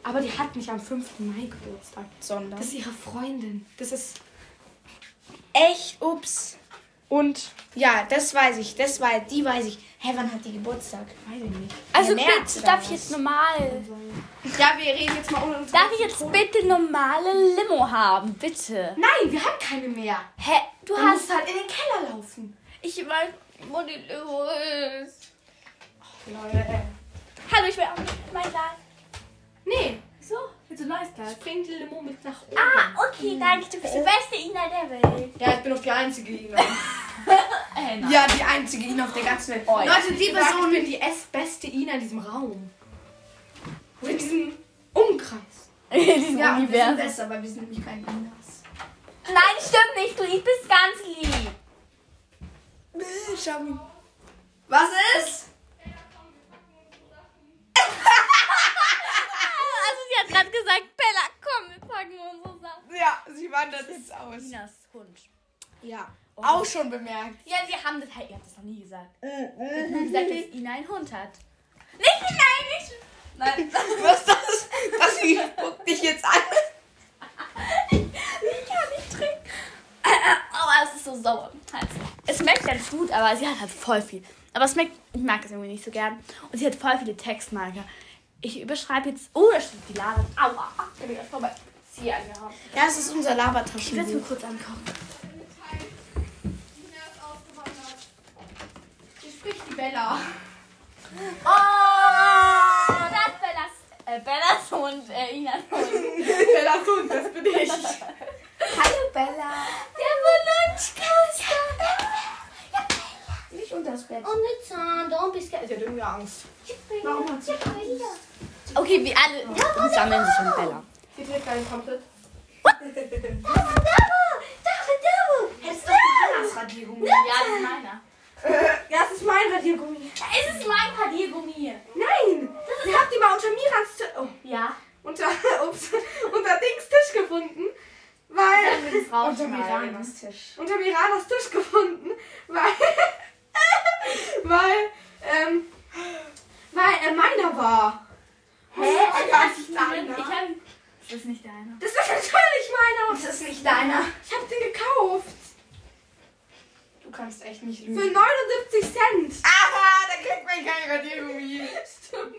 A: Aber die hat nicht am 5. Mai Geburtstag.
B: Sondern.
A: Das ist ihre Freundin. Das ist.
B: Echt? Ups.
A: Und.
B: Ja, das weiß ich. Das war, die weiß ich. Hä, wann hat die Geburtstag?
A: Weiß ich nicht.
C: Also,
B: merkt
C: bitte,
B: oder
C: darf ich
B: was?
C: jetzt normal.
A: Ja, wir reden jetzt mal ohne uns.
C: Darf ich jetzt bitte normale Limo haben? Bitte.
A: Nein, wir haben keine mehr.
C: Hä? Du
A: Du
C: hast.
A: musst halt in den Keller laufen.
C: Ich weiß, wo die Limo ist.
A: Leute, ey.
C: Hallo, ich will auch nicht mein Glas.
A: Nee,
C: So, willst du ein neues Glas?
A: bring die Limo mit nach oben.
C: Ah, okay, danke. Du bist die beste Ina
A: <laughs>
C: der Welt.
A: Ja, ich bin doch die einzige <laughs> Ina. Äh,
C: Ey,
B: Ja, die einzige Ina auf der ganzen Welt.
C: Oh, ja.
B: Leute, die Person.
A: ich bin die S-beste Ina in diesem Raum. In diesem Umkreis.
C: In diesem
B: Ja, wir sind
C: Universum.
B: besser, weil wir sind nämlich keine Inas.
C: Nein, stimmt nicht. Du lieb bist ganz lieb.
B: Schau mal. Was ist?
C: Also, sie hat gerade gesagt, Bella, komm, wir packen unsere Sachen.
B: Ja, sie wandert jetzt aus.
C: Inas Hund.
B: Ja. Auch schon bemerkt.
C: Ja, wir haben das halt. Ihr habt das noch nie gesagt. Wir haben gesagt, dass Ina einen Hund hat. Nicht, nein, nicht. Nein.
B: <laughs> Was das? Das guckt dich jetzt an.
C: Ich kann nicht trinken. Äh, äh, Aua, es ist so sauer. Halt. Es schmeckt ganz gut, aber sie hat halt voll viel. Aber es schmeckt, ich mag es irgendwie nicht so gern. Und sie hat voll viele Textmarker. Ich überschreibe jetzt. Oh, da steht die Lade. Aua. Ich bin erst mal bei Sie angehauen.
B: Ja, es ist unser
C: Ich will es mir
B: Labertaschenbuch.
C: kurz ankochen.
A: Hier spricht die Bella.
C: Oh, das Oh, ist Bellas, äh, Bellas Hund, äh, Inas Hund.
A: Bella Thun, das bin ich.
B: Hallo Bella.
C: Der Balloonskaster.
B: Nicht unters Bett.
A: Only
C: äh,
A: time, don't be scared. Sie hat irgendwie Angst.
B: Warum hat sie
C: Okay, wir alle die sammeln sich um Bella.
A: Sie trägt einen komplett.
B: Hättest du Hannas Radiergummi?
C: Ja, das ist meiner.
A: Ja, es ist mein Radiergummi.
C: Es ist mein Radiergummi.
A: Nein! Ihr habt die mal unter Mirans Tisch. Oh,
C: <laughs> Ja,
A: unter, <laughs> ups, unter Dings Tisch gefunden. <laughs> Weil.
C: das ist
B: Tisch.
A: unter Miranas Tisch gefunden, weil, <laughs> weil, ähm, weil er meiner war. Hä?
C: Ich
A: Das
C: hab's
A: ist
C: nicht
A: deiner.
C: drin. Ich hab. Das ist nicht deiner.
A: Das ist natürlich meiner.
B: Das ist nicht deiner.
A: Ich hab den gekauft.
B: Du kannst echt nicht
A: Für 79 Cent.
B: Aha, da kriegt man kein Radiergummi.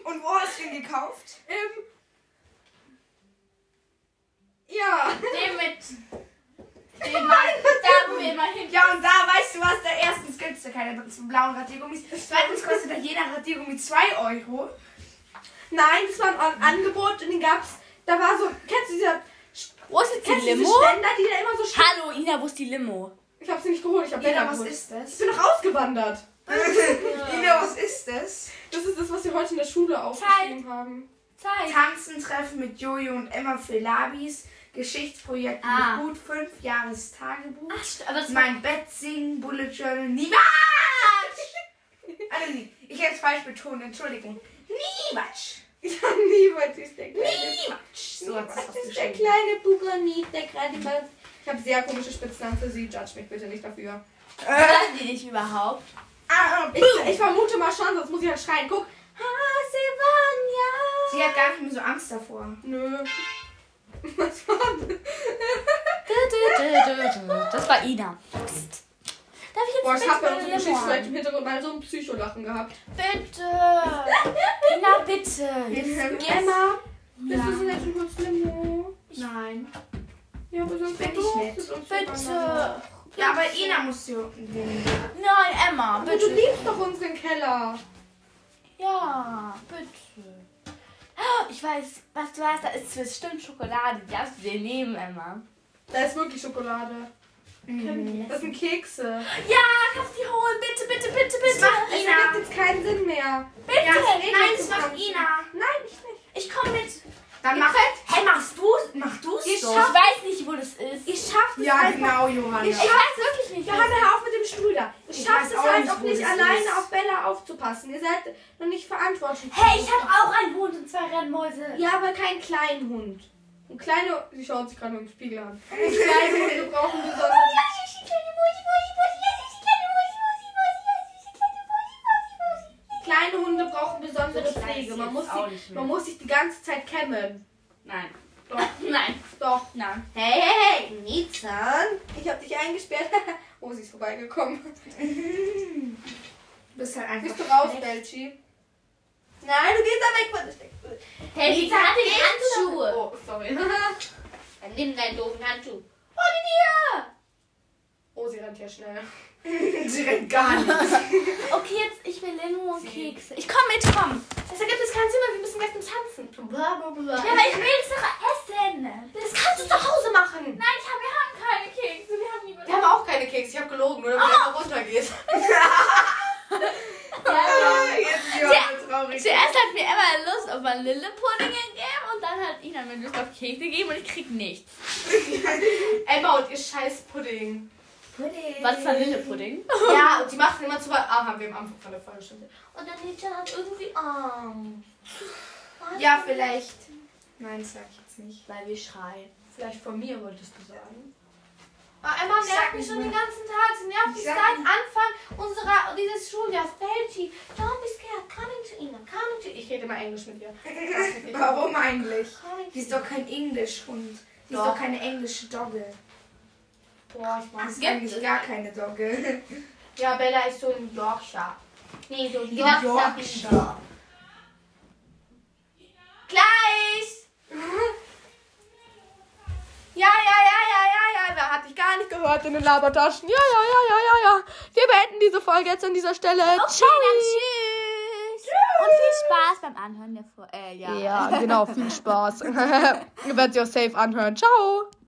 B: Und wo hast du ihn gekauft?
A: Ähm, ja.
C: Den mit. Den mal, da wo wir immer hin.
B: Ja, und da weißt du was, da erstens gibt's da keine blauen Radiergummis. Zweitens kostet da jeder Radiergummi 2 Euro.
A: Nein, das war ein Angebot und den gab's. Da war so, kennst du diese,
C: Wo ist jetzt
A: kennst du diese Ständer, die da immer so sch-
C: Hallo, Ina, wo ist die Limo?
A: Ich hab sie nicht geholt, ich hab Bella
B: Ina, was
A: geholt.
B: ist
A: Ich
B: das?
A: bin noch ausgewandert.
B: Ina, was ist das?
A: Das ist das, was wir heute in der Schule aufgeschrieben haben.
C: Zeit.
B: Tanzen, Treffen mit Jojo und Emma für Labis, Geschichtsprojekt
C: Ah.
B: mit gut, fünf Jahres Tagebuch,
C: Ach, st- aber das
B: mein Bett singen, Bullet Journal, Niewatsch! Also, nie. ich hätte es falsch betont, Entschuldigung. Niewatsch!
A: Ja, niemals ist der kleine.
B: Niewatsch! So hat
A: Niemals
B: es
A: ist der kleine Buranit, der gerade mal. Ich habe sehr komische Spitznamen für sie. Judge mich bitte nicht dafür.
B: Äh.
C: Hören die dich überhaupt?
B: Ah, ah,
A: Ich, ich vermute mal schon, sonst muss ich halt schreien. Guck. Ha, sie war
B: Sie hat gar nicht mehr so Angst davor.
A: Nö. <laughs> Was war das?
E: Das war Ina.
C: Darf ich jetzt
A: Boah, ich hab bei unserem
C: Bitte?
A: Geschichtslehrer im Hintergrund mal so ein Psycholachen gehabt.
C: Bitte. Ina, bitte.
A: Emma, bist du vielleicht schon kurz Limo?
B: Nein.
A: Ja, aber sonst
B: Bin ich nett.
A: Bitte.
B: Ja, aber Ina muss so.
C: Nein, Emma,
A: Aber du liebst doch unseren Keller.
C: Ja, bitte. Ah, Ich weiß, was du hast, da ist bestimmt Schokolade. Die darfst du dir nehmen, Emma.
A: Da ist wirklich Schokolade.
B: Mhm.
A: Das sind Kekse.
C: Ja, kannst du die holen, bitte, bitte, bitte,
B: Das
C: bitte.
B: macht
A: Es
B: Ina.
A: ergibt jetzt keinen Sinn mehr.
C: Bitte.
B: Nein, das macht Ina.
A: Nein, ich nicht.
C: Ich komme mit.
B: Dann mach. Hey, machst du? Mach du's
C: Ich
B: doch.
C: weiß nicht, wo das ist.
B: Ich schaff das
A: Ja,
B: einfach.
A: genau, Johanna.
C: Ich weiß wirklich nicht.
A: Johanna, hör auf mit dem Stuhl da. Du
B: Ich
A: schaffst
B: weiß
A: es
B: auch
A: halt
B: nicht,
A: auch
B: wo
A: nicht
B: das
A: alleine
B: ist.
A: auf Bella aufzupassen. Ihr seid noch nicht verantwortlich.
C: Hey, ich habe auch einen Hund und zwei Rennmäuse.
A: Ja, aber keinen kleinen Hund. Ein kleiner. Sie schaut sich gerade im Spiegel an. Ein kleiner Hunde brauchen besonders. Kleine Hunde brauchen besondere
C: So klein
A: Pflege.
C: ist
A: Man
C: jetzt
A: muss,
C: auch
A: sie,
C: nicht mehr.
A: man muss sich die ganze Zeit kämmen.
C: Nein.
A: Doch,
C: Nein.
A: doch.
C: Nein.
A: Hey, hey, hey, Nizan. Ich hab dich eingesperrt. <laughs> oh, sie ist vorbeigekommen.
B: Du bist halt
A: Bist
B: einfach.
A: du raus, Belchi? Nein, du gehst da weg von der Steckdose.
C: <laughs> Hey, die hatte die Handschuhe.
A: Oh, sorry. <laughs>
D: Dann nimm deinen doofen Handschuh.
A: oh, sie rennt ja schnell. <laughs>
B: Sie rennt gar nicht.
C: Okay, jetzt, ich will Limo und Kekse. Ich komm mit, komm.
A: Das ergibt jetzt keinen Sinn mehr. Wir müssen gleich zum Tanzen.
C: Ja, aber ich will es doch essen.
A: Das kannst du zu Hause machen.
C: Nein, ich hab, wir haben keine Kekse. Wir haben die
A: Wir haben auch keine Kekse. Ich hab gelogen, nur damit du einfach <laughs> runtergehst.
B: Jetzt ist Johanna traurig.
E: Zuerst hat mir Emma Lust auf einen Lille-Pudding gegeben und dann hat Ina mir Lust auf Kekse gegeben und ich krieg nichts.
A: Emma und ihr scheiß <laughs> Pudding.
E: Was war Lille-Pudding?
A: Ja, und die machen immer zu weit. Ah, haben wir am Anfang von der Folge schon.
C: Und der Nietzsche hat irgendwie Angst.
B: Ja, vielleicht. Nein, sag ich jetzt nicht.
C: Weil wir schreien.
A: Vielleicht von mir wolltest du sagen. Ah, Emma
B: Ich
A: nervt
B: sag
A: mich
B: nicht
A: schon
B: mehr.
A: den ganzen Tag. Sie nervt mich
B: Ich
A: seit
B: sag nicht.
A: Anfang unserer, dieses Schuljahrs. Felchi, don't be scared. Coming to Ina. Coming to Ich rede immer Englisch mit ihr.
B: Warum eigentlich? Sie ist doch kein Englischhund. Sie ist
A: Doch.
B: doch keine englische Dogge.
A: Boah, ich mag
B: Sie ist eigentlich gar keine Dogge.
A: Ja, Bella ist so ein Yorkshire.
C: Nee, so wie
B: Yorkshire.
A: Gleich! Ja, ja, ja, ja, ja, ja. Wer hat dich gar nicht gehört in den Labertaschen? Ja, ja, ja, ja, ja, ja. Wir beenden diese Folge jetzt an dieser Stelle. Ciao.
E: Tschüss! Und viel Spaß beim Anhören der Folge. Äh, ja.
A: <laughs> Ja, genau. Viel Spaß. Ihr werdet ihr safe anhören. Ciao.